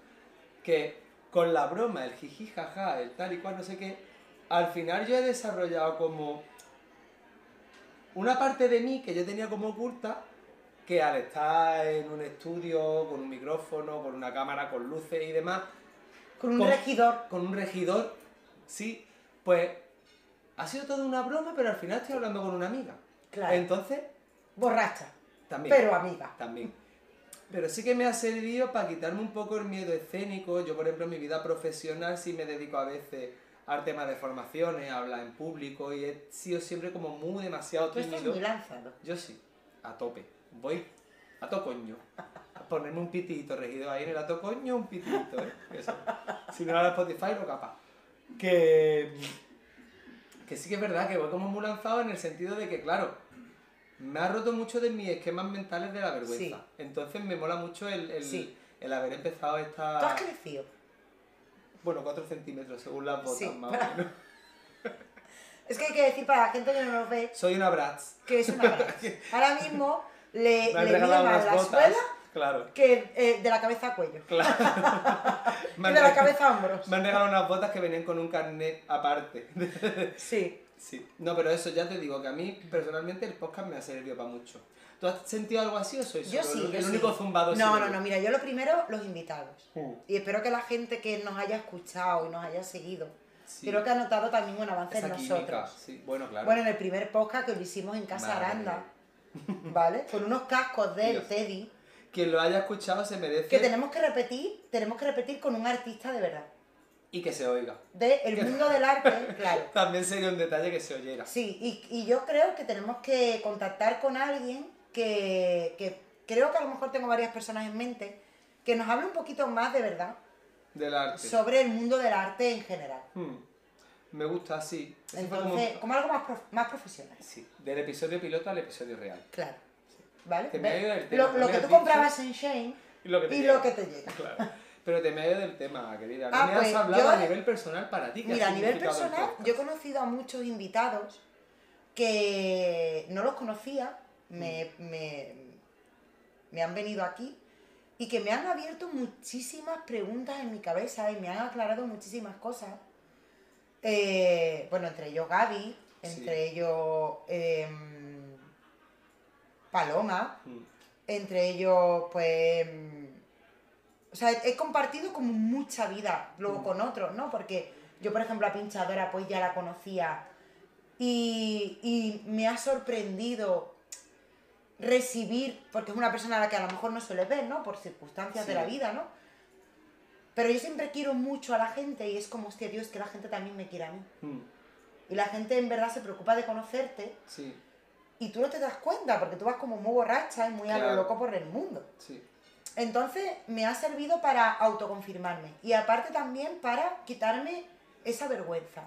Que con la broma, el jiji, jaja, el tal y cual, no sé qué, al final yo he desarrollado como una parte de mí que yo tenía como oculta, que al estar en un estudio, con un micrófono, con una cámara, con luces y demás, Con un Con- regidor. con un regidor, sí, pues ha sido toda una broma, pero al final estoy hablando con una amiga. Claro. Entonces, Borracha. también. Pero amiga. También. Pero sí que me ha servido para quitarme un poco el miedo escénico. Yo, por ejemplo, en mi vida profesional sí me dedico a veces al tema de formaciones, a hablar en público y he sido siempre como muy demasiado Tú estás tímido. muy lanzado. Yo sí, a tope. Voy a tocoño. A ponerme un pitito regido ahí en el a tocoño, un pitito, ¿eh? Eso. Si no ahora Spotify, no capaz. Que. Que sí que es verdad que voy como muy lanzado en el sentido de que, claro, me ha roto mucho de mis esquemas mentales de la vergüenza. Sí. Entonces me mola mucho el, el, Sí. el haber empezado Tú has esta. crecido. Bueno, 4 centímetros según las botas, Sí. más o menos. Es que hay que decir para la gente que no nos ve Soy una Bratz. que es una [LAUGHS] brasa. Ahora mismo le, Me han Eh, le mide regalado más unas la botas. suela Claro. que eh, de la cabeza a cuello. Claro. [LAUGHS] [LAUGHS] Y Me de han la regalado- cabeza a hombros. Me han regalado unas botas que venían con un carnet aparte. [LAUGHS] Sí. sí. No, pero eso ya te digo, que a mí personalmente el podcast me ha servido para mucho. ¿Tú has sentido algo así o soy Yo solo sí. el, yo el sí. único zumbado? No, así? no, no. Mira, yo lo primero, los invitados. Mm, Y espero que la gente que nos haya escuchado y nos haya seguido, sí. creo que ha notado también un avance Esa en química, nosotros. sí. Bueno, claro. Bueno, en el primer podcast que lo hicimos en Casa Madre. Aranda, [LAUGHS] ¿vale? Con unos cascos del Dios. Teddy, Quien lo haya escuchado se merece. que tenemos que repetir, tenemos que repetir con un artista de verdad. y que se oiga. de el mundo del [LAUGHS] arte, claro. También sería un detalle que se oyera. Sí, y, y yo creo que tenemos que contactar con alguien que, que creo que a lo mejor tengo varias personas en mente, que nos hable un poquito más de verdad Del arte. sobre el mundo del arte en general. Hmm. Me gusta así. Ese fue como un- Entonces, como algo más, prof- más profesional. Sí, del episodio piloto al episodio real. Claro. ¿Vale? Te me ha ido el tema, Lo, no lo me que has tú dicho. comprabas en Shane Y lo que te y llega. lo que te llega. Claro. Pero te me he ido del tema, querida. No Ah, me has pues, hablado yo- a nivel personal para ti. ¿qué ha Mira, a nivel significado el personal, podcast? yo he conocido a muchos invitados que no los conocía, me, me, me han venido aquí y que me han abierto muchísimas preguntas en mi cabeza y me han aclarado muchísimas cosas. Eh, bueno, entre ellos Gaby, entre ellos em, Paloma Hmm. entre ellos, pues... mm, O sea, he compartido como mucha vida luego Mm. con otros, ¿no? Porque yo, por ejemplo, a Pinchadora pues ya la conocía y, y me ha sorprendido recibir, porque es una persona a la que a lo mejor no suele ver, ¿no? Por circunstancias de Sí. la vida, ¿no? Pero yo siempre quiero mucho a la gente y es como, hostia, Dios, que la gente también me quiere a mí. Hmm. Y la gente en verdad se preocupa de conocerte Sí, y tú no te das cuenta porque tú vas como muy borracha y muy a Claro. lo loco por el mundo. sí. Entonces me ha servido para autoconfirmarme y aparte también para quitarme esa vergüenza.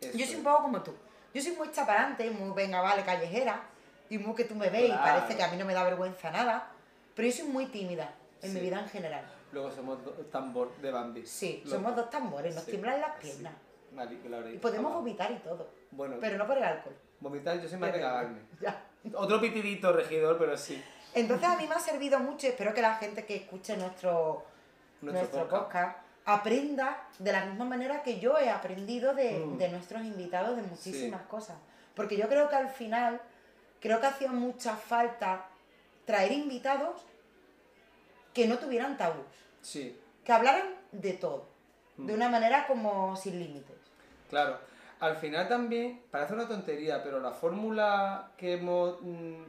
eso yo es. soy un poco como tú. Yo soy muy chaparante, muy venga, vale, callejera y muy que tú me ves y Claro. parece que a mí no me da vergüenza nada. Pero yo soy muy tímida en mi Sí. vida en general. Luego somos dos tambor de Bambi. Sí, Los somos dos tambores, nos Sí, tiemblan las sí. piernas Mari- la verdad. y podemos Ah, vomitar y todo, Bueno, pero no por el alcohol. vomitar yo soy más de Pero- cagarme. [LAUGHS] Ya. Otro pitidito, regidor, pero sí. Entonces a mí me ha servido mucho y espero que la gente que escuche nuestro, Nuestro, podcast. aprenda de la misma manera que yo he aprendido de, Mm. de nuestros invitados de muchísimas cosas. Porque yo creo que al final, creo que hacía mucha falta traer invitados que no tuvieran tabús, Sí, que hablaran de todo, Mm. de una manera como sin límites. claro. Al final también, parece una tontería, pero la fórmula que hemos mm,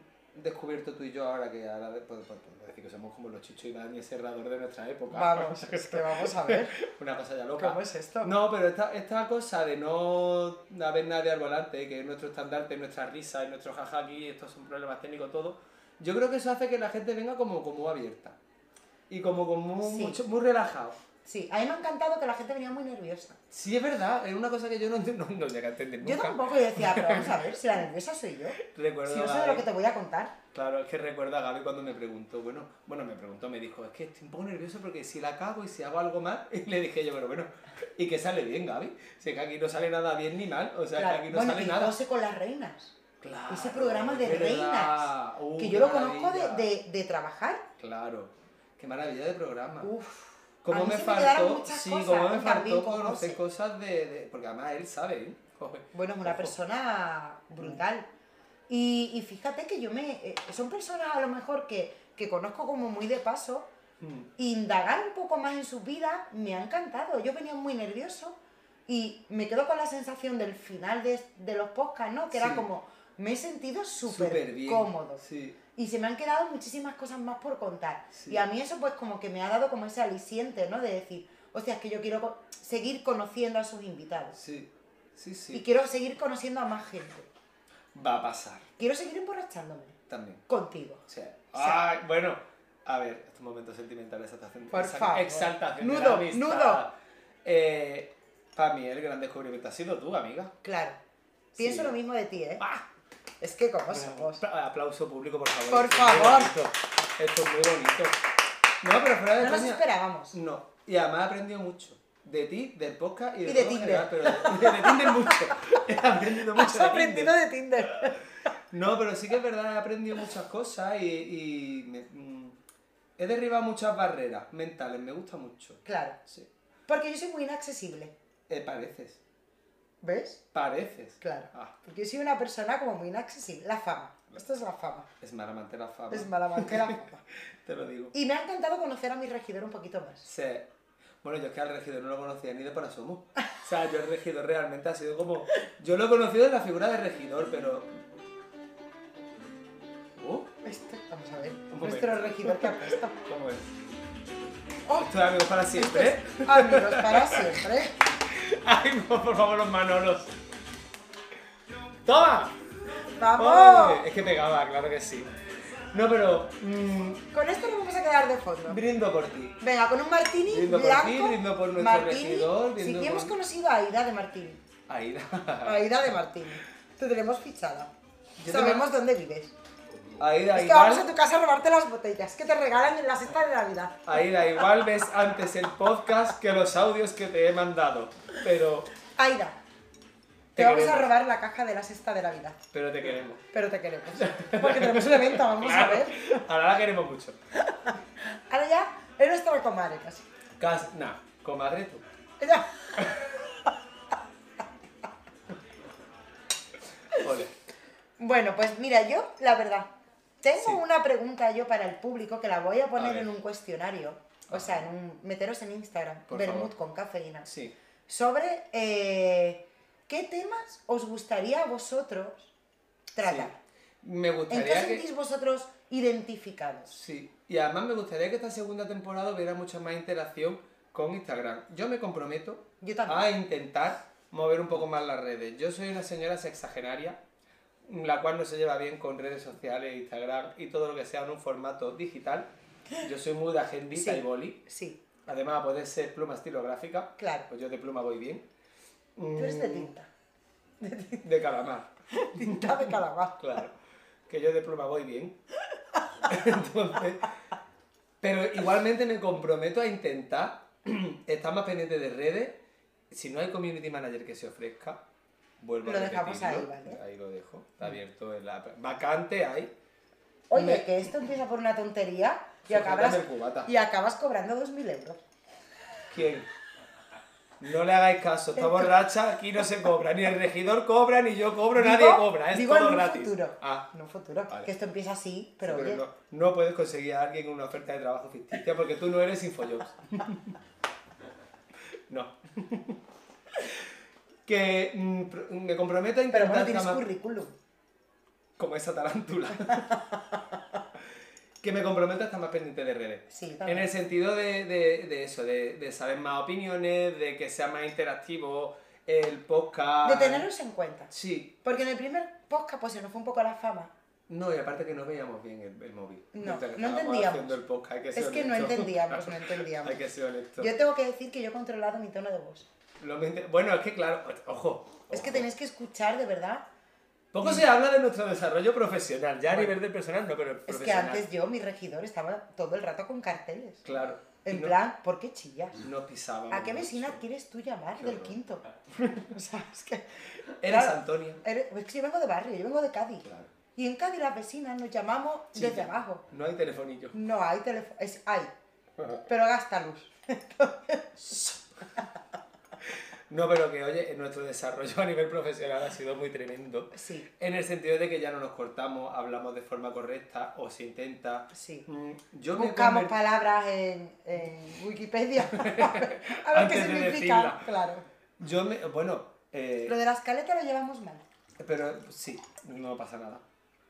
descubierto tú y yo ahora, que ahora de- pues, pues, podemos decir que somos como los Chicho y Dani Serrador de nuestra época. Vamos, es que vamos a ver [LAUGHS] Una cosa ya loca. cómo es esto. No, pero esta, esta cosa de no haber nadie al volante, que es nuestro estandarte, nuestra risa, y nuestro jaja aquí, estos son problemas técnicos, todo, yo creo que eso hace que la gente venga como, como abierta. Y como, como muy, Sí. mucho- muy relajado. Sí, a mí me ha encantado que la gente venía muy nerviosa. Sí, es verdad, es una cosa que yo no, [LAUGHS] no, no llegué a entender nunca. Yo tampoco yo decía, pero vamos a ver si la nerviosa soy yo. Recuerdo Si no a sé de lo Gaby- que te voy a contar. Claro, es que recuerda a Gaby cuando me preguntó, bueno, bueno, me preguntó, me dijo, es que estoy un poco nervioso porque si la cago y si hago algo mal, [LAUGHS] y le dije yo, pero bueno, y que sale bien, Gaby. Si es que aquí no sale nada bien ni mal, o sea, Claro, que aquí no bueno, sale y nada. José con las reinas. Claro, ese programa de es verdad. reinas, Uh, que qué yo lo conozco de, maravilla. de- de trabajar. Claro, qué maravilla de programa. Uf. Uh, a Como mí me se me quedaron faltó, muchas sí, cosas, como me también faltó con conocer José. cosas de, de- Porque además él sabe, ¿eh? Joder. Bueno, es una Ojo. persona brutal. Y, y fíjate que yo me. eh, son personas a lo mejor que, que conozco como muy de paso. Mm, Indagar un poco más en sus vidas me ha encantado. Yo venía muy nervioso y me quedo con la sensación del final de, de los podcasts, ¿no? Que era Sí. como. Me he sentido súper Súper bien. cómodo. Sí, Y se me han quedado muchísimas cosas más por contar. Sí. Y a mí eso pues como que me ha dado como ese aliciente, ¿no? De decir, hostia, es que yo quiero co- seguir conociendo a sus invitados. sí, sí, sí. Y quiero seguir conociendo a más gente. Va a pasar Quiero seguir emborrachándome también. contigo. O sea, ay, bueno, a ver, este estos momentos sentimentales, exaltación, Por exa- favor. exaltación de Nudo, la amistad. nudo. Eh, para mí el gran descubrimiento ha sido tú, amiga. Claro. Pienso Sí. lo mismo de ti, ¿eh? ¡Ah! Es que como Bueno, somos. apla- aplauso público, por favor. Por Esto es muy favor. bonito. Esto es muy bonito. No, pero fuera de No nos coña, esperábamos. No. Y además he aprendido mucho. De ti, del podcast y de, Y de todo en Tinder. general, pero de, de Tinder mucho. [LAUGHS] He aprendido mucho. [LAUGHS] Has de aprendido de Tinder. No, pero sí que es verdad, he aprendido muchas cosas y, y me- mm, he derribado muchas barreras mentales, me gusta mucho. Claro. Sí. Porque yo soy muy inaccesible. Eh, pareces, ¿Ves? pareces. Claro. Ah, Porque yo soy una persona como muy inaccesible. La fama. Esto es la fama. es malamante la fama, Es mala más que la fama. te lo digo. Y me ha encantado conocer a mi regidor un poquito más. Sí. Bueno, yo es que al regidor no lo conocía ni de para asomo. O sea, yo el regidor realmente ha sido como... Yo lo he conocido en la figura de regidor, pero... ¿Oh? Uh, Este, vamos a ver. momento. Este, Nuestro regidor que ha puesto. ¿Cómo es? Esto es amigos para siempre. [LAUGHS] ¿eh? Oh, Amigos para siempre. Ay, no, por favor, los manolos. ¡Toma! ¡Vamos! Oye, Es que pegaba, claro que sí. No, pero. mm, Con esto nos vamos a quedar de fondo. brindo por ti. Venga, con un martini Brindo por blanco. ti, brindo por nuestro martini. regidor, Sí, brindo que hemos por- conocido a Aida de Martini. Ahí. [LAUGHS] Aida de Martini. Te tenemos fichada. Yo te- Sabemos dónde vives. Ahí da Es que vamos a igual. tu casa a robarte las botellas que te regalan en la cesta de Navidad. Ahí da igual ves antes el podcast que los audios que te he mandado. Pero Aida, Te te, vamos a queremos. robar la caja de la cesta de Navidad. pero te queremos. Pero [LAUGHS] te queremos. Porque tenemos un evento, vamos a Claro. ver. Ahora la queremos mucho. Ahora ya es nuestra comadre casi. Cas nah, comadre tú. Ella- Ole. Bueno, pues mira, yo, la verdad, tengo Sí. una pregunta yo para el público que la voy a poner ver. en un cuestionario. O sea, en un, meteros en Instagram, Por Bermud favor. con cafeína. Sí. Sobre eh, qué temas os gustaría a vosotros tratar. sí. Me ¿En qué os gustaría sentís que. vosotros identificados? Sí. Y además me gustaría que esta segunda temporada hubiera mucha más interacción con Instagram. Yo me comprometo Yo también. a intentar mover un poco más las redes. Yo soy una señora sexagenaria, la cual no se lleva bien con redes sociales, Instagram y todo lo que sea en un formato digital. Yo soy muy de agendita Sí. y boli. Sí, Además, puede ser pluma estilográfica. Claro. Pues yo de pluma voy bien. Mm, tú eres [LAUGHS] de tinta. De calamar, Tinta de calamar. claro. Que yo de pluma voy bien. [LAUGHS] Entonces. Pero igualmente me comprometo a intentar [CLEARS THROAT] estar más pendiente de redes. Si no hay community manager que se ofrezca, vuelvo Lo a dejamos repetirlo. ahí, ¿vale? Ahí lo dejo. Está abierto en la. Vacante hay. Oye, Me- que esto empieza por una tontería y Sujétame acabas, el cubata. y acabas cobrando 2.000 euros. ¿Quién? No le hagáis caso, está borracha, aquí no se cobra. Ni el regidor cobra, ni yo cobro, nadie Digo- cobra. Es digo todo en un gratis. futuro. Ah, En un futuro. Vale. Que esto empieza así, pero, Sí, oye, no, no puedes conseguir a alguien con una oferta de trabajo ficticia porque tú no eres [LAUGHS] Infojobs. no. que mm, pr- me comprometo a pero intentar bueno, tienes jamás- currículum. como esa tarántula. [LAUGHS] que me comprometo a estar más pendiente de redes. Sí, En también. el sentido de, de- de eso, de, de saber más opiniones, de que sea más interactivo el podcast. De teneros en cuenta. Sí. Porque en el primer podcast pues se nos fue un poco la fama. No, y aparte que no veíamos bien el, el móvil. No, Mientras que no estábamos entendíamos. haciendo el podcast, hay que ser Es que no honesto. [LAUGHS] entendíamos, no entendíamos. Hay que ser honesto. Yo tengo que decir que yo he controlado mi tono de voz. Lo mente- Bueno, es que claro, ojo. Es que ojo. tenéis que escuchar de verdad. Poco se habla de nuestro desarrollo profesional, ya a nivel del personal no, pero el Es que profesional. antes yo, mi regidor, estaba todo el rato con carteles. Claro. En no- plan, ¿por qué chillas? Nos pisábamos. ¿A qué mucho. vecina quieres tú llamar Qué del horror. quinto? [LAUGHS] O sea, es que... Eres Claro. Antonia. eres- Es que yo vengo de barrio, yo vengo de Cádiz. Claro. Y en Cádiz las vecinas nos llamamos desde Chilla. abajo. No hay telefonillo. [LAUGHS] No hay teléfono, es hay, pero gasta luz. No, pero que oye, nuestro desarrollo [LAUGHS] a nivel profesional ha sido muy tremendo. Sí, En el sentido de que ya no nos cortamos, hablamos de forma correcta o se intenta. sí. Mm, Yo me Buscamos conver- palabras en, en Wikipedia. [LAUGHS] A ver, qué Antes de significa. decirla. Claro. Yo me. Bueno, eh, Lo de la escaleta lo llevamos mal. pero sí, no pasa nada.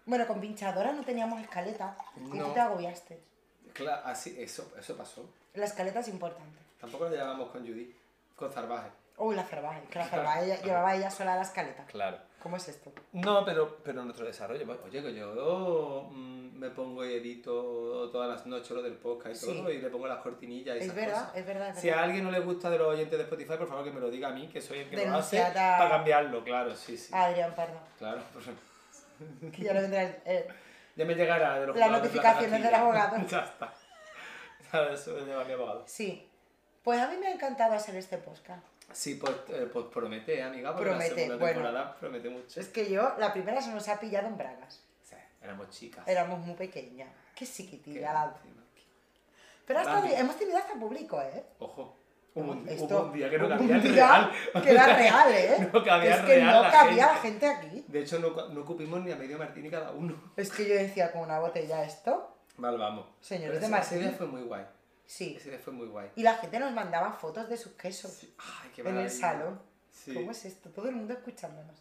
Bueno, con pinchadora no teníamos escaleta y tú No. te agobiaste. Claro, así, ah, eso, eso pasó. La escaleta es importante. Tampoco lo llevábamos con Judy, con Zarbaje. Uy, la cervaje, que la cervaje ella- llevaba ella sola la escaleta. Claro. ¿Cómo es esto? No, pero, pero nuestro desarrollo, pues, oye, que yo mm, me pongo y edito todas las noches lo del podcast y Sí. todo, y le pongo las cortinillas y Es esas verdad, cosas. es verdad, es Si a verdad. alguien no le gusta de los oyentes de Spotify, por favor que me lo diga a mí, que soy el que lo hace, Denunciad a- para cambiarlo, claro, sí, sí. Adrián, perdón. Claro, pues, Que ya eh, le vendrá el- el- ya me llegará de los Las jugadores de notificaciones del Plaza Castilla. abogado. [LAUGHS] ya está. Claro, eso lo lleva mi abogado. Sí. Pues a mí me ha encantado hacer este podcast. Sí, pues, eh, pues promete, eh, amiga, porque Promete, la segunda bueno. temporada promete mucho. Es que yo, la primera se nos ha pillado en bragas. O sea, éramos chicas. Éramos muy pequeñas. Qué chiquitilla Que- la... Pero hasta Bambi. hemos tenido hasta público, ¿eh? Ojo, hubo un, Esto- hubo un día que no hubo un cabía el día real. Que era real, ¿eh? No cabía es que real no la cabía la gente aquí. [LAUGHS] De hecho, no, cu- no cupimos ni a medio martini cada uno. Es que yo decía con una botella esto. Mal, vamos. Señores Pero ese- de Ese martini. día fue muy guay. Sí. Ese día fue muy guay. Y la gente nos mandaba fotos de sus quesos Sí. Ay, qué en el maravilla. salón. Sí. ¿Cómo es esto? Todo el mundo escuchándonos.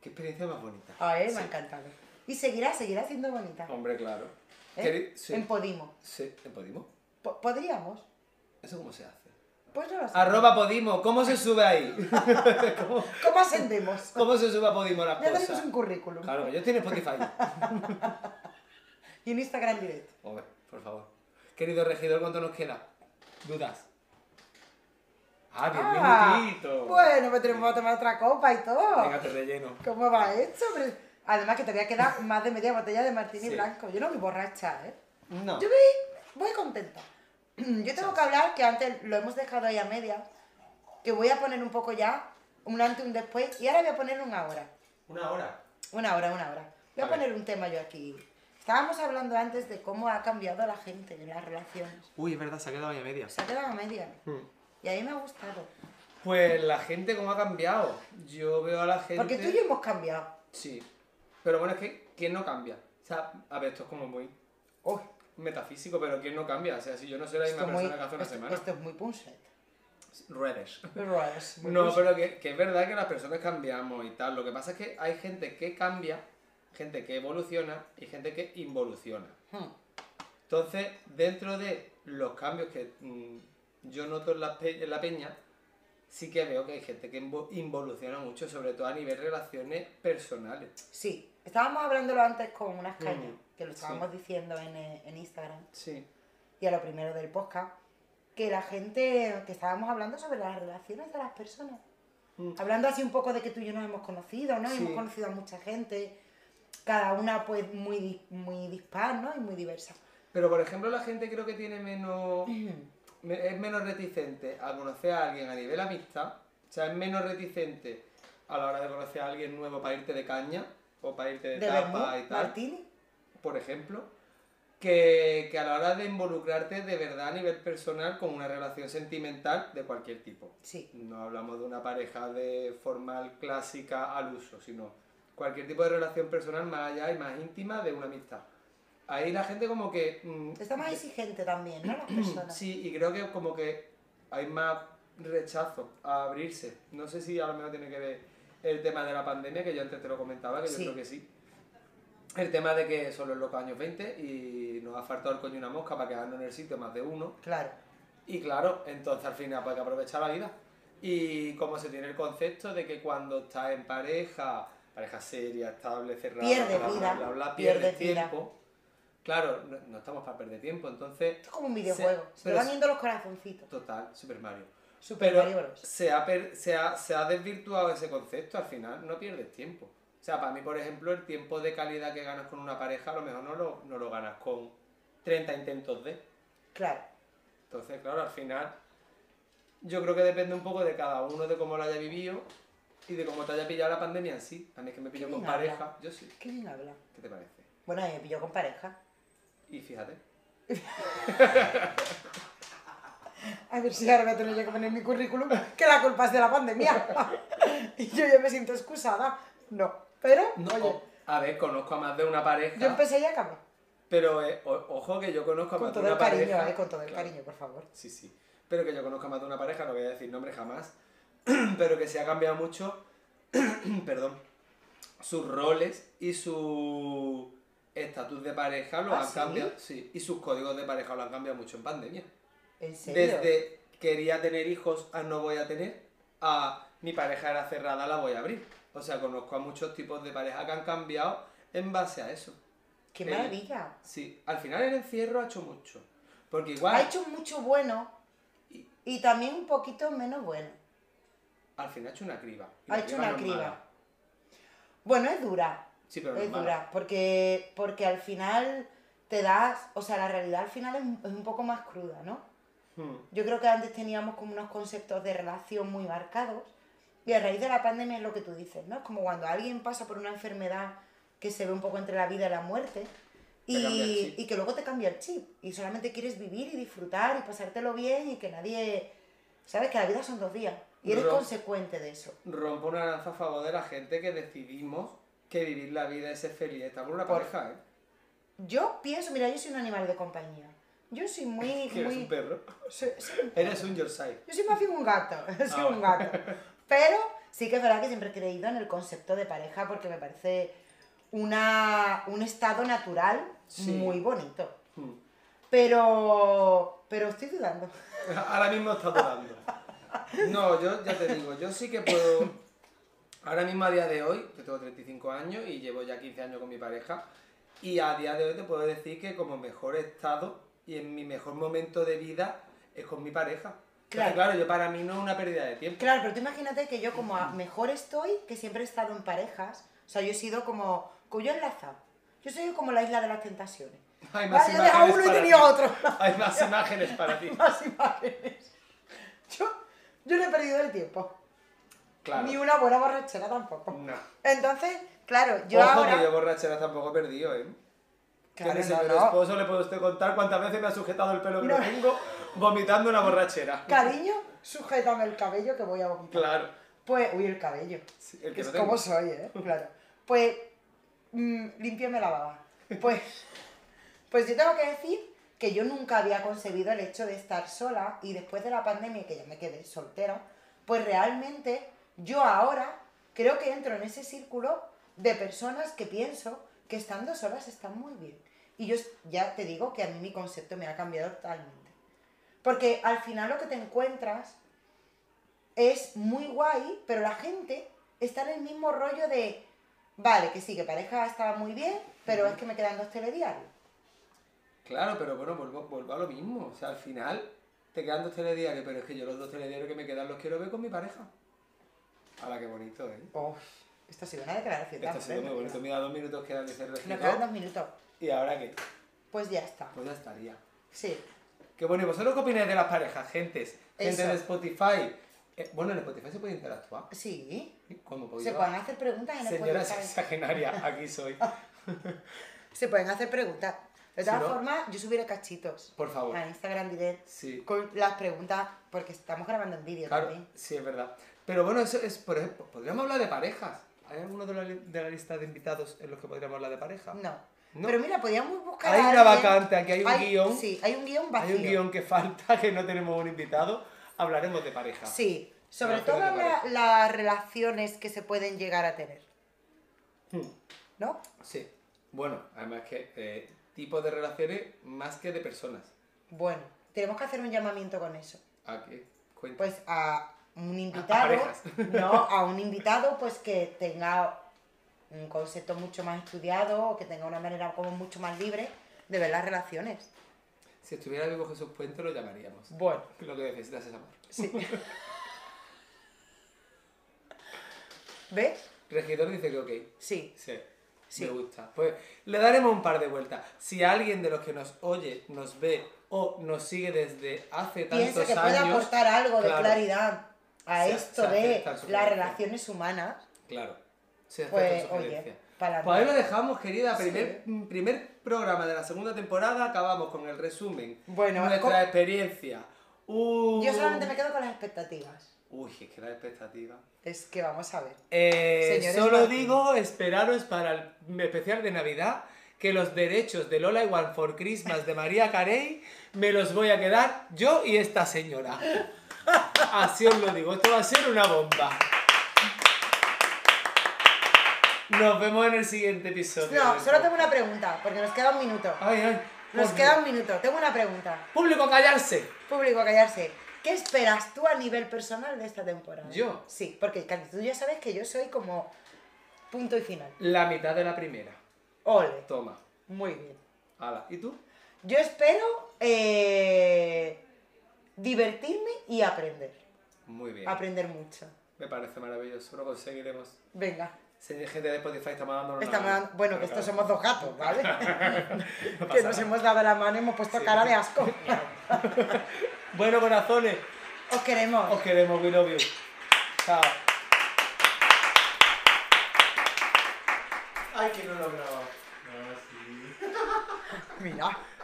Qué experiencia más bonita. A Sí. ver, Ah, eh, me ha encantado. Y seguirá, seguirá siendo bonita. Hombre, claro. ¿eh? Queri- Sí. En Podimo. Sí, ¿en Podimo? Po- podríamos. ¿Eso cómo se hace? Pues no lo sé. Arroba Podimo, ¿cómo se sube ahí? ¿Cómo, ¿Cómo ascendemos? cómo se sube a Podimo las Ya tenemos cosas? un currículum. Claro, yo tiene Spotify. [LAUGHS] Y en Instagram Direct. Hombre, por favor. Querido regidor, ¿cuánto nos queda? ¿Dudas? Ah, diez minutitos. bueno, pues tenemos que tomar otra copa y todo. Venga, te relleno. ¿Cómo va esto? Pero- Además que te voy [LAUGHS] a quedar más de media botella de martini Sí. blanco. Yo no voy borracha, ¿eh? No. Yo voy, voy contenta. [CLEARS THROAT] Yo tengo que hablar, que antes lo hemos dejado ahí a media, que voy a poner un poco ya, un antes, un después, y ahora voy a poner un ahora. Una hora. Una hora, una hora. Voy a, A ver. poner un tema yo aquí. Estábamos hablando antes de cómo ha cambiado la gente en las relaciones. Uy, es verdad, se ha quedado ahí a medias. Se ha quedado a media. Hmm. Y a mí me ha gustado. Pues la gente, ¿cómo ha cambiado? Yo veo a la gente. Porque tú y yo hemos cambiado. Sí. Pero bueno, es que ¿quién no cambia? O sea, a ver, esto es como muy Oh, metafísico, pero ¿quién no cambia? O sea, si yo no soy la esto, misma es muy, persona que hace una esto- semana. esto es muy punset. Redes. Pero es muy No, punset. pero que, que es verdad que las personas cambiamos y tal. Lo que pasa es que hay gente que cambia, gente que evoluciona y gente que involuciona. Hmm. Entonces, dentro de los cambios que mm, yo noto en la, pe- en la peña, sí que veo que hay gente que invo- involuciona mucho, sobre todo a nivel relaciones personales. Sí, estábamos hablándolo antes con unas cañas, Mm, que lo estábamos diciendo en, eh, en Instagram Sí. y a lo primero del podcast, que la gente, que estábamos hablando sobre las relaciones de las personas. Mm. Hablando así un poco de que tú y yo nos hemos conocido, ¿no? Sí. Hemos conocido a mucha gente, cada una pues muy, di- muy dispar, ¿no? Y muy diversa. Pero, por ejemplo, la gente creo que tiene menos... me- es menos reticente a conocer a alguien a nivel amistad, o sea, es menos reticente a la hora de conocer a alguien nuevo para irte de caña o para irte de, De tapa y Bermud, tal, Martini. por ejemplo, que, que a la hora de involucrarte de verdad a nivel personal con una relación sentimental de cualquier tipo. Sí, No hablamos de una pareja de formal clásica al uso, sino cualquier tipo de relación personal más allá y más íntima de una amistad. Ahí la gente como que... mm, está más exigente también, ¿no? Las [CLEARS THROAT] personas. Sí, y creo que como que hay más rechazo a abrirse. No sé si a lo mejor tiene que ver el tema de la pandemia, que yo antes te lo comentaba, que Sí. yo creo que sí. El tema de que son los locos años 20 y nos ha faltado el coño una mosca para quedarnos en el sitio más de uno. Claro. Y claro, entonces al final pues hay que aprovechar la vida. Y como se tiene el concepto de que cuando estás en pareja, pareja seria, estable, cerrada, Pierdes bla, bla, vida, bla, bla, pierdes pierdes, vida. tiempo. Claro, no, no estamos para perder tiempo, entonces Esto es como un videojuego. Se, te pero van sí. yendo los corazoncitos. Total, Super Mario. Super Pero Mario Bros. se ha, per- se, ha, se ha desvirtuado ese concepto, al final no pierdes tiempo. O sea, para mí, por ejemplo, el tiempo de calidad que ganas con una pareja, a lo mejor no lo, no lo ganas con 30 intentos de. Claro. Entonces, claro, al final, yo creo que depende un poco de cada uno, de cómo lo haya vivido y de cómo te haya pillado la pandemia en sí. A mí es que me pilló Qué con bien habla. pareja, yo sí. Qué bien habla. ¿Qué te parece? Bueno, me pilló con pareja. Y fíjate. A ver si ahora voy a tener yo que poner en mi currículum que la culpa es de la [LAUGHS] pandemia. y yo ya me siento excusada. No, pero No, oye, o- a ver, conozco a más de una pareja. yo empecé y acabé. Pero eh, o- ojo que yo conozco a Con más de una todo el cariño, pareja. eh, con todo el Claro, cariño, por favor. Sí, sí. Pero que yo conozca más de una pareja, no voy a decir nombre jamás. [CLEARS THROAT] Pero que se ha cambiado mucho, [CLEARS THROAT] perdón, sus roles y su estatus de pareja lo ¿Ah, han sí? cambiado. Sí, y sus códigos de pareja lo han cambiado mucho en pandemia. En serio. Desde quería tener hijos a no voy a tener, a mi pareja era cerrada, la voy a abrir. O sea, conozco a muchos tipos de pareja que han cambiado en base a eso. Qué el- maravilla. Sí, al final el encierro ha hecho mucho. Porque igual, Ha hecho mucho bueno y también un poquito menos bueno. al final ha hecho una criba. Y Ha la hecho una no es criba. mala. Bueno, es dura, Sí, pero no es mala. dura, porque, porque al final te das, o sea, la realidad al final es un- es un poco más cruda, ¿no? Hmm. Yo creo que antes teníamos como unos conceptos de relación muy marcados y a raíz de la pandemia es lo que tú dices, ¿no? Es como cuando alguien pasa por una enfermedad que se ve un poco entre la vida y la muerte cambia el y, chip. y que luego te cambia el chip y solamente quieres vivir y disfrutar y pasártelo bien y que nadie... ¿Sabes? Que la vida son dos días y eres Ro- consecuente de eso. Rompo una lanza a favor de la gente que decidimos que vivir la vida es ser feliz. Está con una Por- pareja, ¿eh? Yo pienso, mira, yo soy un animal de compañía. Yo soy muy... [LAUGHS] Que eres muy- un perro. soy- soy un Eres un Yorkshire. Yo soy más bien un gato, [LAUGHS] soy Ah, un gato. Pero sí que es verdad que siempre he creído en el concepto de pareja porque me parece una, un estado natural Sí. muy bonito. Hmm. [LAUGHS] Pero, pero estoy dudando. Ahora mismo está dudando. No, yo ya te digo, yo sí que puedo. Ahora mismo, a día de hoy, yo tengo 35 años y llevo ya 15 años con mi pareja. Y a día de hoy te puedo decir que, como mejor estado y en mi mejor momento de vida, es con mi pareja. Claro, Claro. claro yo para mí no es una pérdida de tiempo. [LAUGHS] Claro, pero tú imagínate que yo como a- mejor estoy, que siempre he estado en parejas, o sea, yo he sido como, como yo he enlazado, yo soy como la isla de las tentaciones. Hay Vale, yo he dejado uno y para tenía ti. otro. [LAUGHS] [LAUGHS] Hay más imágenes para ti. Más imágenes. Yo, yo no he perdido el tiempo, Claro. ni una buena borrachera tampoco. No. Entonces, claro, yo Ojo ahora... que yo borrachera tampoco he perdido, ¿eh? Claro, que a mi no, señor no. esposo le puedo usted contar cuántas veces me ha sujetado el pelo que No. lo tengo vomitando una borrachera. Cariño, sujétame el cabello que voy a vomitar. Claro. Pues, uy, el cabello. Sí, el que es lo tengo. como soy, ¿eh? Claro. Pues, mm, límpiame la baba. Pues, pues yo tengo que decir que yo nunca había concebido el hecho de estar sola y después de la pandemia, que ya me quedé soltera, pues realmente yo ahora creo que entro en ese círculo de personas que pienso que estando solas están muy bien. Y yo es- ya te digo que a mí mi concepto me ha cambiado totalmente. Porque al final lo que te encuentras es muy guay, pero la gente está en el mismo rollo de, vale, que sí, que pareja estaba muy bien, pero es que me quedan dos telediarios. Claro, pero bueno, vuelvo, vuelvo a lo mismo. O sea, al final te quedan dos telediarios, pero es que yo los dos telediarios que me quedan los quiero ver con mi pareja. Ahora qué bonito, ¿eh? Uf, esto ha sido una declaración. Esto ha tan sido muy fuerte, bonito. ¿verdad? Mira, dos minutos quedan de ser Nos quedan dos registrado. minutos. ¿Y ahora qué? Pues ya está. Pues ya estaría. Sí. Que bueno, ¿y vosotros qué opináis de las parejas, gentes? Gente Eso. de Spotify. Eh, bueno, en Spotify se puede interactuar. Sí. ¿Cómo puedo Se yo? pueden hacer preguntas en el Señora Spotify. sexagenaria, aquí soy. Se pueden hacer preguntas. De Si todas no- formas, yo subiré cachitos Por favor. a Instagram diré Sí. con las preguntas, porque estamos grabando en vídeo Claro, también. sí, es verdad. Pero bueno, eso es, por ejemplo, podríamos hablar de parejas. ¿Hay alguno de la, li- de la lista de invitados en los que podríamos hablar de pareja? No. No. Pero mira, podríamos buscar. Hay a una alguien. vacante, aquí hay un guión. Sí, hay un guión vacío. Hay un guión que falta, que no tenemos un invitado. Hablaremos de pareja. Sí, sobre Relaciones todo de la- pareja. las relaciones que se pueden llegar a tener, Hmm, ¿no? Sí. Bueno, además que eh, tipos de relaciones más que de personas. Bueno, tenemos que hacer un llamamiento con eso. ¿A qué? Cuenta. Pues a un invitado, parejas. [LAUGHS] no, a un invitado pues que tenga un concepto mucho más estudiado o que tenga una manera como mucho más libre de ver las relaciones. Si estuviera vivo Jesús Puente lo llamaríamos. Bueno, Lo que necesitas es amor. [LAUGHS] sí. ¿Ves? Regidor dice que ok. Sí. Sí, Sí. me gusta. Pues le daremos un par de vueltas. Si alguien de los que nos oye, nos ve o nos sigue desde hace Piensa tantos que puede años. aportar algo de claro. claridad a Se- esto se de aceptan sugerencias. las relaciones humanas. Claro. Se acepta Pues, su oye, sugerencia. para Pues ahí lo dejamos, querida. Primer, Sí. mm, primer programa de la segunda temporada. Acabamos con el resumen. Bueno, nuestra con- experiencia. Uh, Yo solamente me quedo con las expectativas. Uy, es que la expectativa. Es que vamos a ver. Eh, Señores solo Martín. digo, esperaros para el especial de Navidad que los derechos de Lola I One for Christmas de María Carey me los voy a quedar yo y esta señora. [LAUGHS] Así os lo digo, esto va a ser una bomba. Nos vemos en el siguiente episodio. No, solo tengo una pregunta, porque nos queda un minuto. Ay, ay, Nos Ah, por queda Dios. un minuto. Tengo una pregunta. Público, callarse. Público, callarse. ¿Qué esperas tú a nivel personal de esta temporada? ¿Yo? Sí, porque Cari, tú ya sabes que yo soy como punto y final. La mitad de la primera. Ole. Toma. Muy bien. Hala. ¿Y tú? Yo espero eh, divertirme y aprender. Muy bien. Aprender mucho. Me parece maravilloso. Lo conseguiremos. Venga. Señor, gente de Spotify, estamos dando Estamos dando- bueno, que estos somos dos gatos, ¿vale? que pasa nos nada. hemos dado la mano y hemos puesto Sí. cara de asco. Bueno, corazones, Os queremos. os queremos, we love you. Chao. Ay, que no lo grababa. No, sí. Mira.